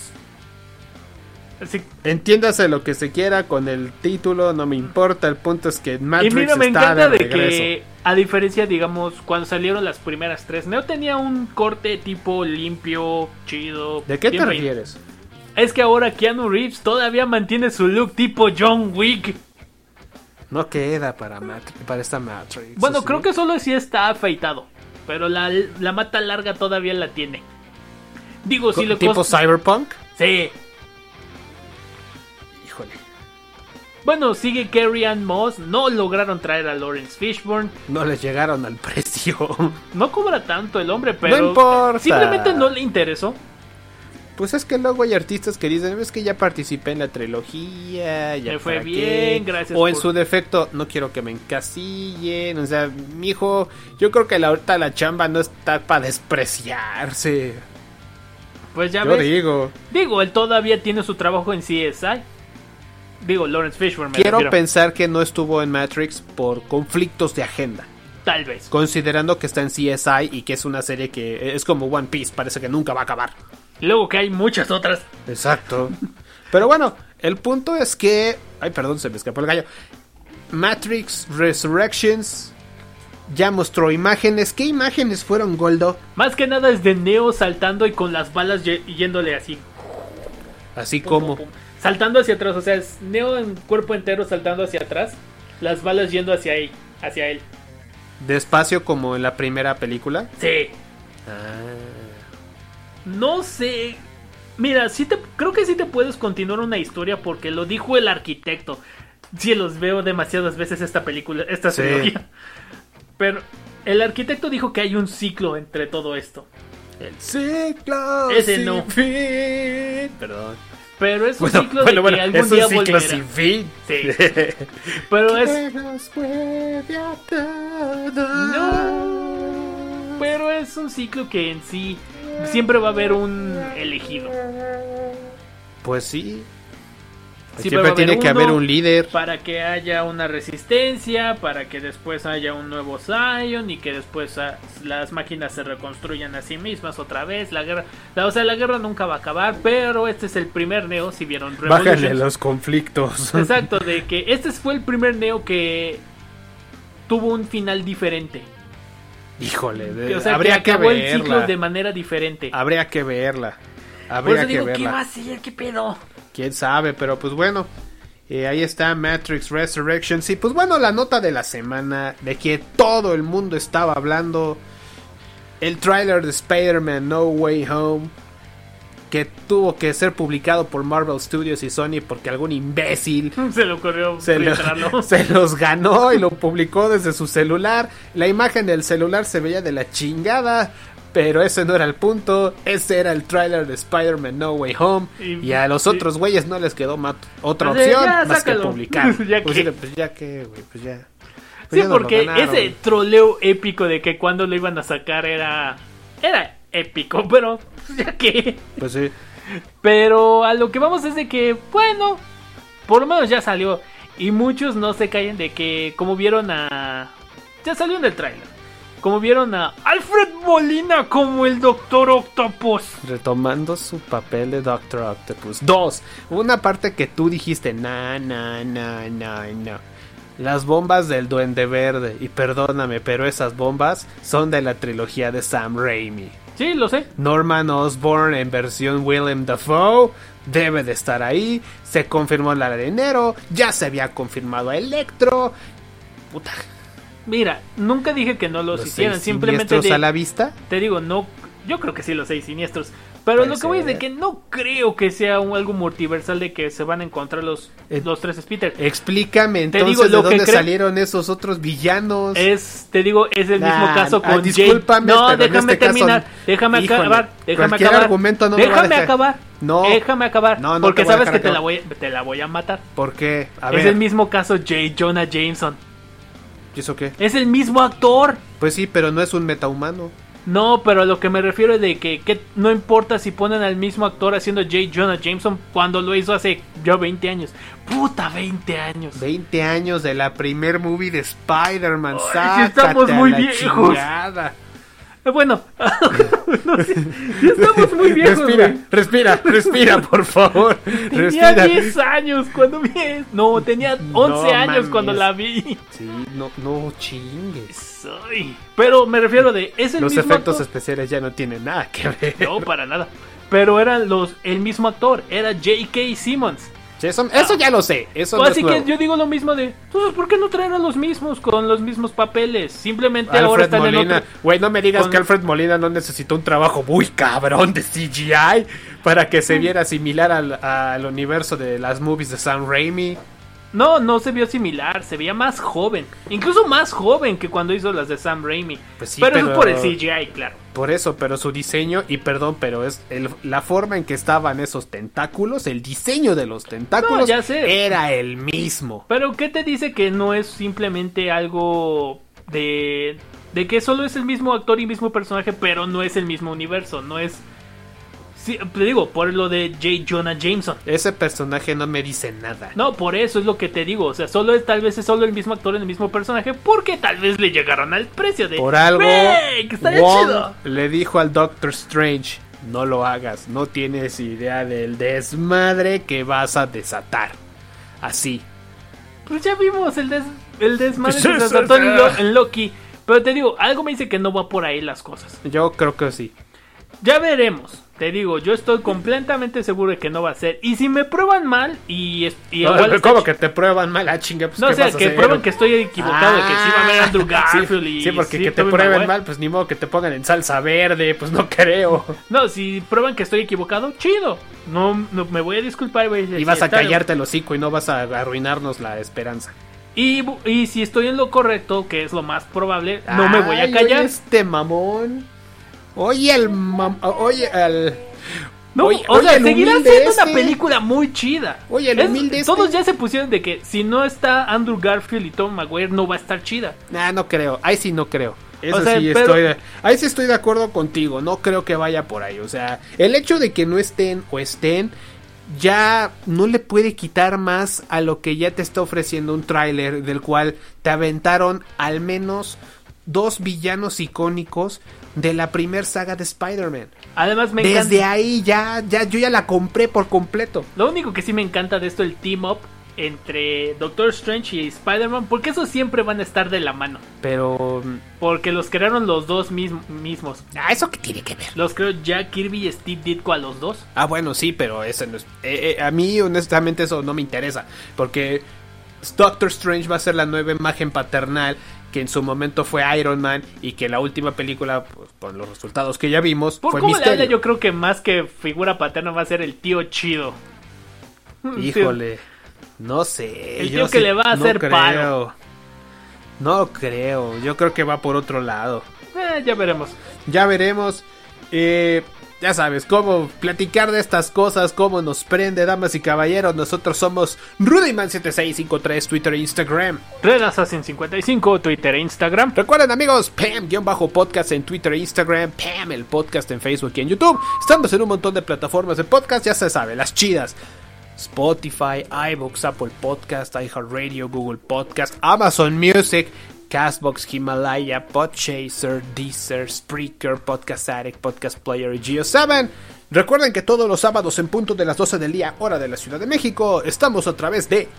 [SPEAKER 5] Así-
[SPEAKER 4] Entiéndase lo que se quiera con el título, no me importa. El punto es que Matrix
[SPEAKER 5] y mira, me
[SPEAKER 4] está
[SPEAKER 5] encanta de,
[SPEAKER 4] de regreso.
[SPEAKER 5] que, a diferencia, digamos, cuando salieron las primeras tres, Neo tenía un corte tipo limpio, chido.
[SPEAKER 4] ¿De qué te
[SPEAKER 5] bien peinado.
[SPEAKER 4] refieres?
[SPEAKER 5] Es que ahora Keanu Reeves todavía mantiene su look tipo John Wick.
[SPEAKER 4] No queda para Matrix, para esta Matrix.
[SPEAKER 5] Bueno,
[SPEAKER 4] ¿sí?
[SPEAKER 5] creo que solo si está afeitado. Pero la, la mata larga todavía la tiene. Digo, si
[SPEAKER 4] Co-
[SPEAKER 5] lo
[SPEAKER 4] tipo
[SPEAKER 5] cos-
[SPEAKER 4] Cyberpunk.
[SPEAKER 5] Sí.
[SPEAKER 4] Híjole.
[SPEAKER 5] Bueno, sigue Carrie Ann Moss. No lograron traer a Lawrence Fishburne.
[SPEAKER 4] No les llegaron al [LAUGHS] precio.
[SPEAKER 5] No cobra tanto el hombre, pero.
[SPEAKER 4] importa.
[SPEAKER 5] Simplemente no le interesó.
[SPEAKER 4] Pues es que luego hay artistas que dicen, es que ya participé en la trilogía, ya
[SPEAKER 5] Me fue
[SPEAKER 4] para qué".
[SPEAKER 5] bien, gracias
[SPEAKER 4] O en
[SPEAKER 5] por-
[SPEAKER 4] su defecto, no quiero que me encasillen, o sea, mijo, yo creo que la ahorita la chamba no está para despreciarse.
[SPEAKER 5] Pues ya
[SPEAKER 4] yo
[SPEAKER 5] ves.
[SPEAKER 4] digo,
[SPEAKER 5] Digo, él todavía tiene su trabajo en CSI. Digo, Lawrence Fishburne. me
[SPEAKER 4] quiero
[SPEAKER 5] refiero.
[SPEAKER 4] pensar que no estuvo en Matrix por conflictos de agenda,
[SPEAKER 5] Tal vez.
[SPEAKER 4] considerando que está en CSI y que es una serie que es como One Piece, parece que nunca va a acabar.
[SPEAKER 5] Luego que hay muchas otras.
[SPEAKER 4] Exacto. [LAUGHS] Pero bueno, el punto es que. Ay, perdón, se me escapó el gallo. Matrix Resurrections ya mostró imágenes. ¿Qué imágenes fueron, Goldo?
[SPEAKER 5] Más que nada es de Neo saltando y con las balas ye- yéndole así.
[SPEAKER 4] Así
[SPEAKER 5] pum,
[SPEAKER 4] como.
[SPEAKER 5] pum, pum. Saltando hacia atrás, o sea, es Neo en cuerpo entero saltando hacia atrás, las balas yendo hacia él, hacia él.
[SPEAKER 4] Despacio como en la primera película.
[SPEAKER 5] Sí.
[SPEAKER 4] Ah.
[SPEAKER 5] No sé. Mira, sí te, creo que sí te puedes continuar una historia porque lo dijo el arquitecto. Sí, los veo demasiadas veces esta película, esta
[SPEAKER 4] Sí.
[SPEAKER 5] trilogía. Pero el arquitecto dijo que hay un ciclo entre todo esto.
[SPEAKER 4] El ciclo.
[SPEAKER 5] Ese no.
[SPEAKER 4] fin. Perdón.
[SPEAKER 5] Pero es un
[SPEAKER 4] Bueno,
[SPEAKER 5] ciclo
[SPEAKER 4] bueno,
[SPEAKER 5] de
[SPEAKER 4] bueno,
[SPEAKER 5] que
[SPEAKER 4] es
[SPEAKER 5] algún
[SPEAKER 4] un
[SPEAKER 5] día volverá.
[SPEAKER 4] ciclo sin fin.
[SPEAKER 5] Sí.
[SPEAKER 4] [LAUGHS]
[SPEAKER 5] Pero es
[SPEAKER 4] Nos puede a todos.
[SPEAKER 5] Pero es un ciclo que en sí siempre va a haber un elegido.
[SPEAKER 4] Pues sí.
[SPEAKER 5] Siempre va
[SPEAKER 4] Siempre
[SPEAKER 5] a
[SPEAKER 4] tiene que
[SPEAKER 5] uno
[SPEAKER 4] haber un líder.
[SPEAKER 5] Para que haya una resistencia, para que después haya un nuevo Zion y que después ah, las máquinas se reconstruyan a sí mismas otra vez. La guerra, la- o sea, la guerra nunca va a acabar, pero este es el primer Neo, si vieron
[SPEAKER 4] Bájale
[SPEAKER 5] Revolution.
[SPEAKER 4] los conflictos.
[SPEAKER 5] Exacto, de que este fue el primer Neo que tuvo un final diferente.
[SPEAKER 4] Híjole, de-
[SPEAKER 5] Que, o sea,
[SPEAKER 4] Eh, habría que,
[SPEAKER 5] acabó el ciclo
[SPEAKER 4] verla.
[SPEAKER 5] de manera diferente.
[SPEAKER 4] Habría que verla.
[SPEAKER 5] Por eso
[SPEAKER 4] Habría que
[SPEAKER 5] digo, ¿qué va a
[SPEAKER 4] verla.
[SPEAKER 5] ser? ¿Qué pedo? [LAUGHS]
[SPEAKER 4] Quién sabe, pero pues bueno. eh, ahí está Matrix Resurrection. Sí, pues bueno, la nota de la semana de que todo el mundo estaba hablando. El tráiler de Spider-Man No Way Home. Que tuvo que ser publicado por Marvel Studios y Sony porque algún imbécil
[SPEAKER 5] Se le ocurrió
[SPEAKER 4] se, lo-
[SPEAKER 5] filtrarlo. [LAUGHS]
[SPEAKER 4] [LAUGHS] se los ganó y lo publicó desde su celular. La imagen del celular se veía de la chingada. Pero ese no era el punto, ese era el tráiler de Spider-Man No Way Home. Y,
[SPEAKER 5] Y-
[SPEAKER 4] a los
[SPEAKER 5] y-
[SPEAKER 4] otros güeyes no les quedó ma- otra
[SPEAKER 5] Así de,
[SPEAKER 4] opción
[SPEAKER 5] ya,
[SPEAKER 4] más que
[SPEAKER 5] sácalo. [LAUGHS]
[SPEAKER 4] publicar.
[SPEAKER 5] Ya
[SPEAKER 4] pues,
[SPEAKER 5] que-
[SPEAKER 4] sí, pues ya que, güey, pues ya. Pues
[SPEAKER 5] Sí,
[SPEAKER 4] ya nos lo
[SPEAKER 5] porque
[SPEAKER 4] ganaron.
[SPEAKER 5] ese troleo épico de que cuando lo iban a sacar era. Era épico, [LAUGHS] pero. Ya que.
[SPEAKER 4] Pues sí.
[SPEAKER 5] Pero a lo que vamos es de que, bueno, por lo menos ya salió. Y muchos no se callen de que, como vieron a. Ya salió en el tráiler. Como vieron a Alfred Molina como el Doctor Octopus.
[SPEAKER 4] Retomando su papel de Doctor Octopus. Dos, una parte que tú dijiste, na, na, na, na, na. Las bombas del Duende Verde. Y perdóname, pero esas bombas son de la trilogía de Sam Raimi.
[SPEAKER 5] Sí, lo sé.
[SPEAKER 4] Norman Osborn en versión Willem Dafoe debe de estar ahí. Se confirmó la de enero. Ya se había confirmado a Electro. Puta,
[SPEAKER 5] Mira, nunca dije que no los,
[SPEAKER 4] los
[SPEAKER 5] hicieran.
[SPEAKER 4] seis
[SPEAKER 5] Simplemente
[SPEAKER 4] siniestros
[SPEAKER 5] de-
[SPEAKER 4] a la vista.
[SPEAKER 5] te digo, no. Yo creo que sí, los seis siniestros. Pero
[SPEAKER 4] Puede
[SPEAKER 5] lo que voy es de
[SPEAKER 4] ser.
[SPEAKER 5] que no creo que sea un- algo multiversal de que se van a encontrar los,
[SPEAKER 4] Eh,
[SPEAKER 5] los tres Peter.
[SPEAKER 4] pues, Explícame
[SPEAKER 5] Te
[SPEAKER 4] entonces
[SPEAKER 5] digo
[SPEAKER 4] de
[SPEAKER 5] lo que
[SPEAKER 4] dónde
[SPEAKER 5] creo-
[SPEAKER 4] salieron esos otros villanos.
[SPEAKER 5] Es, te digo, es el mismo
[SPEAKER 4] Nah,
[SPEAKER 5] caso
[SPEAKER 4] ah,
[SPEAKER 5] con Jane.
[SPEAKER 4] discúlpame,
[SPEAKER 5] No,
[SPEAKER 4] pero en
[SPEAKER 5] déjame
[SPEAKER 4] este caso,
[SPEAKER 5] terminar. déjame
[SPEAKER 4] híjole,
[SPEAKER 5] acabar. Déjame
[SPEAKER 4] cualquier
[SPEAKER 5] acabar.
[SPEAKER 4] argumento no me va a
[SPEAKER 5] déjame
[SPEAKER 4] dejar-
[SPEAKER 5] acabar.
[SPEAKER 4] No.
[SPEAKER 5] Déjame acabar.
[SPEAKER 4] No, no
[SPEAKER 5] porque
[SPEAKER 4] te voy a
[SPEAKER 5] sabes
[SPEAKER 4] dejar
[SPEAKER 5] que te la,
[SPEAKER 4] acabar.
[SPEAKER 5] voy, a- te la voy a matar.
[SPEAKER 4] ¿Por qué? A
[SPEAKER 5] es
[SPEAKER 4] ver,
[SPEAKER 5] el mismo caso J. Jonah Jameson.
[SPEAKER 4] ¿y eso qué?
[SPEAKER 5] Es el mismo actor.
[SPEAKER 4] Pues sí, pero no es un metahumano.
[SPEAKER 5] No, pero a lo que me refiero es de que, que no importa si ponen al mismo actor haciendo J. Jonah Jameson cuando lo hizo hace yo 20 años. Puta, 20 años.
[SPEAKER 4] 20 años de la primer movie de Spider-Man.
[SPEAKER 5] Ay, sí estamos
[SPEAKER 4] Sácate a
[SPEAKER 5] muy
[SPEAKER 4] la
[SPEAKER 5] viejos.
[SPEAKER 4] chingada.
[SPEAKER 5] Eh, Bueno, [LAUGHS] no sé, ya estamos
[SPEAKER 4] [LAUGHS]
[SPEAKER 5] muy viejos,
[SPEAKER 4] respira,
[SPEAKER 5] güey. [LAUGHS]
[SPEAKER 4] respira, respira, por favor.
[SPEAKER 5] Tenía
[SPEAKER 4] respira.
[SPEAKER 5] 10 años cuando vi. No, tenía 11 años
[SPEAKER 4] mames.
[SPEAKER 5] cuando la vi.
[SPEAKER 4] Sí, no, no chingues.
[SPEAKER 5] Soy- Pero me refiero de. Es el
[SPEAKER 4] Los
[SPEAKER 5] mismo
[SPEAKER 4] efectos
[SPEAKER 5] actor.
[SPEAKER 4] especiales ya no tienen nada que ver.
[SPEAKER 5] No, para nada. Pero eran los, el mismo actor. Era J.K. Simmons.
[SPEAKER 4] Sí, Eso, eso ya lo sé. Eso no
[SPEAKER 5] Así
[SPEAKER 4] es
[SPEAKER 5] que
[SPEAKER 4] nuevo.
[SPEAKER 5] yo digo lo mismo de. Entonces, ¿por qué no traer a los mismos con los mismos papeles? Simplemente ahora
[SPEAKER 4] Alfred
[SPEAKER 5] están en
[SPEAKER 4] Molina.
[SPEAKER 5] otro.
[SPEAKER 4] Güey, no me digas
[SPEAKER 5] con-
[SPEAKER 4] que Alfred Molina no necesitó un trabajo muy cabrón de CGI para que se
[SPEAKER 5] Mm.
[SPEAKER 4] viera similar al, al universo de las movies de Sam Raimi.
[SPEAKER 5] No, no se vio similar. Se veía más joven. Incluso más joven que cuando hizo las de Sam Raimi.
[SPEAKER 4] Pues sí,
[SPEAKER 5] pero, eso es
[SPEAKER 4] pero-
[SPEAKER 5] por el CGI, claro.
[SPEAKER 4] Por eso, pero su diseño, y perdón, pero es el- la forma en que estaban esos tentáculos, el diseño de los tentáculos
[SPEAKER 5] No, ya sé.
[SPEAKER 4] era el mismo.
[SPEAKER 5] Pero ¿qué te dice que no es simplemente algo de de que solo es el mismo actor y mismo personaje, pero no es el mismo universo, no es Sí, te digo, por lo de J. Jonah Jameson.
[SPEAKER 4] Ese personaje no me dice nada.
[SPEAKER 5] No, por eso es lo que te digo, o sea, solo es tal vez es solo el mismo actor en el mismo personaje, porque tal vez le llegaron al precio de
[SPEAKER 4] Por algo,
[SPEAKER 5] eh, "Güey, que estaría
[SPEAKER 4] Wong
[SPEAKER 5] chido".
[SPEAKER 4] le dijo al Doctor Strange, no lo hagas, no tienes idea del desmadre que vas a desatar. Así.
[SPEAKER 5] Pues ya vimos el, des, el desmadre
[SPEAKER 4] Sí,
[SPEAKER 5] de San
[SPEAKER 4] sí,
[SPEAKER 5] Antonio
[SPEAKER 4] sí.
[SPEAKER 5] y Lo- en Loki, pero te digo, algo me dice que no va por ahí las cosas.
[SPEAKER 4] Yo creo que sí.
[SPEAKER 5] Ya veremos. Te digo, yo estoy completamente seguro de que no va a ser. Y si me prueban mal y, es- y
[SPEAKER 4] No,
[SPEAKER 5] igual
[SPEAKER 4] ¿Cómo
[SPEAKER 5] está
[SPEAKER 4] que te prueban mal? Ah, chinga, pues,
[SPEAKER 5] ch- no
[SPEAKER 4] ¿qué
[SPEAKER 5] o sea,
[SPEAKER 4] vas a
[SPEAKER 5] que
[SPEAKER 4] hacer?
[SPEAKER 5] prueben que estoy equivocado, que sí va a haber Andrew
[SPEAKER 4] Ah, [LAUGHS] sí,
[SPEAKER 5] Garfield y
[SPEAKER 4] Sí, porque
[SPEAKER 5] sí,
[SPEAKER 4] que te
[SPEAKER 5] Tobey
[SPEAKER 4] prueben
[SPEAKER 5] Maguire.
[SPEAKER 4] mal, pues ni modo que te pongan en salsa verde, pues
[SPEAKER 5] [LAUGHS]
[SPEAKER 4] no creo.
[SPEAKER 5] No, si prueban que estoy equivocado, chido. No, no me voy a disculpar, güey.
[SPEAKER 4] Y
[SPEAKER 5] si
[SPEAKER 4] vas a
[SPEAKER 5] está-
[SPEAKER 4] callarte el hocico y no vas a arruinarnos la esperanza.
[SPEAKER 5] Y, bu- y si estoy en lo correcto, que es lo más probable, no me voy a
[SPEAKER 4] Ay,
[SPEAKER 5] callar.
[SPEAKER 4] oye, Este mamón. Oye el mam oye el
[SPEAKER 5] No,
[SPEAKER 4] oye-
[SPEAKER 5] o
[SPEAKER 4] oye,
[SPEAKER 5] sea,
[SPEAKER 4] el
[SPEAKER 5] seguirá
[SPEAKER 4] humilde
[SPEAKER 5] siendo una
[SPEAKER 4] este.
[SPEAKER 5] película muy chida.
[SPEAKER 4] Oye, el
[SPEAKER 5] Es-
[SPEAKER 4] humilde
[SPEAKER 5] Todos
[SPEAKER 4] este.
[SPEAKER 5] ya se pusieron de que si no está Andrew Garfield y Tom Maguire, no va a estar chida.
[SPEAKER 4] Nah, no creo. Ahí sí no creo. Eso
[SPEAKER 5] O sea,
[SPEAKER 4] sí
[SPEAKER 5] pero-
[SPEAKER 4] estoy de- ahí sí estoy de acuerdo contigo, no creo que vaya por ahí, o sea, el hecho de que no estén o estén ya no le puede quitar más a lo que ya te está ofreciendo un tráiler del cual te aventaron al menos dos villanos icónicos de la primer saga de Spider-Man.
[SPEAKER 5] Además, me encanta.
[SPEAKER 4] Desde ahí ya, ya, yo ya la compré por completo.
[SPEAKER 5] Lo único que sí me encanta de esto el team up entre Doctor Strange y Spider-Man, porque esos siempre van a estar de la mano,
[SPEAKER 4] Pero. mm,
[SPEAKER 5] porque los crearon los dos mism- mismos.
[SPEAKER 4] Ah, ¿eso qué tiene que ver?
[SPEAKER 5] Los creó Jack Kirby y Steve Ditko a los dos.
[SPEAKER 4] Ah, bueno, sí, pero ese no es- eh, eh, a mí, honestamente, eso no me interesa. Porque Doctor Strange va a ser la nueva imagen paternal que en su momento fue Iron Man y que la última película, pues, con los resultados que ya vimos,
[SPEAKER 5] Por
[SPEAKER 4] fue
[SPEAKER 5] cómo le habla,
[SPEAKER 4] Misterio.
[SPEAKER 5] yo creo que más que figura paterna va a ser el tío chido. Mm,
[SPEAKER 4] Híjole, no sé.
[SPEAKER 5] El
[SPEAKER 4] yo
[SPEAKER 5] tío que
[SPEAKER 4] sí-
[SPEAKER 5] le va a
[SPEAKER 4] no
[SPEAKER 5] hacer
[SPEAKER 4] creo.
[SPEAKER 5] paro.
[SPEAKER 4] No creo, yo creo que va por otro lado.
[SPEAKER 5] Eh, Eh, ya veremos.
[SPEAKER 4] Ya veremos. Eh, ya sabes, cómo platicar de estas cosas, cómo nos prende, damas y caballeros. Nosotros somos Rudyman7653, Twitter e Instagram.
[SPEAKER 5] Red Assassin 55, Twitter e Instagram.
[SPEAKER 4] Recuerden, amigos, Pam-podcast en Twitter e Instagram. Pam, el podcast en Facebook y en YouTube. Estamos en un montón de plataformas de podcast, ya se sabe, las chidas. Spotify, iBooks, Apple Podcast, iHeartRadio, Google Podcast, Amazon Music, Castbox, Himalaya, Podchaser, Deezer, Spreaker, Podcast Addict, Podcast Player y Geo7. Recuerden que todos los sábados en punto de las 12 del día, hora de la Ciudad de México, estamos a través de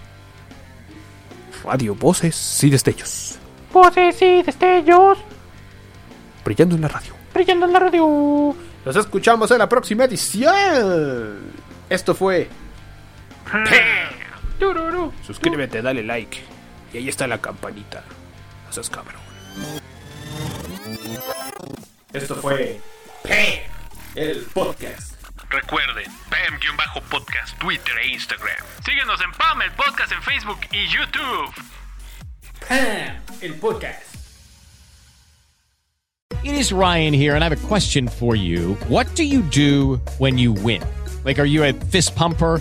[SPEAKER 4] Radio Voces y Destellos.
[SPEAKER 5] Voces y Pues destellos,
[SPEAKER 4] Brillando en la radio.
[SPEAKER 5] brillando en la radio.
[SPEAKER 4] Nos escuchamos en la próxima edición. Esto fue.
[SPEAKER 5] Tururú.
[SPEAKER 4] Suscríbete, dale like. Y ahí está la campanita. No seas cabrón. Esto fue. El podcast.
[SPEAKER 2] Recuerden, Pam-podcast, Twitter e Instagram.
[SPEAKER 5] Síguenos en PAM, el podcast en Facebook y YouTube.
[SPEAKER 4] Pam, el podcast.
[SPEAKER 9] It is Ryan here, and I have a question for you. What do you do when you win? Like, are you a fist pumper?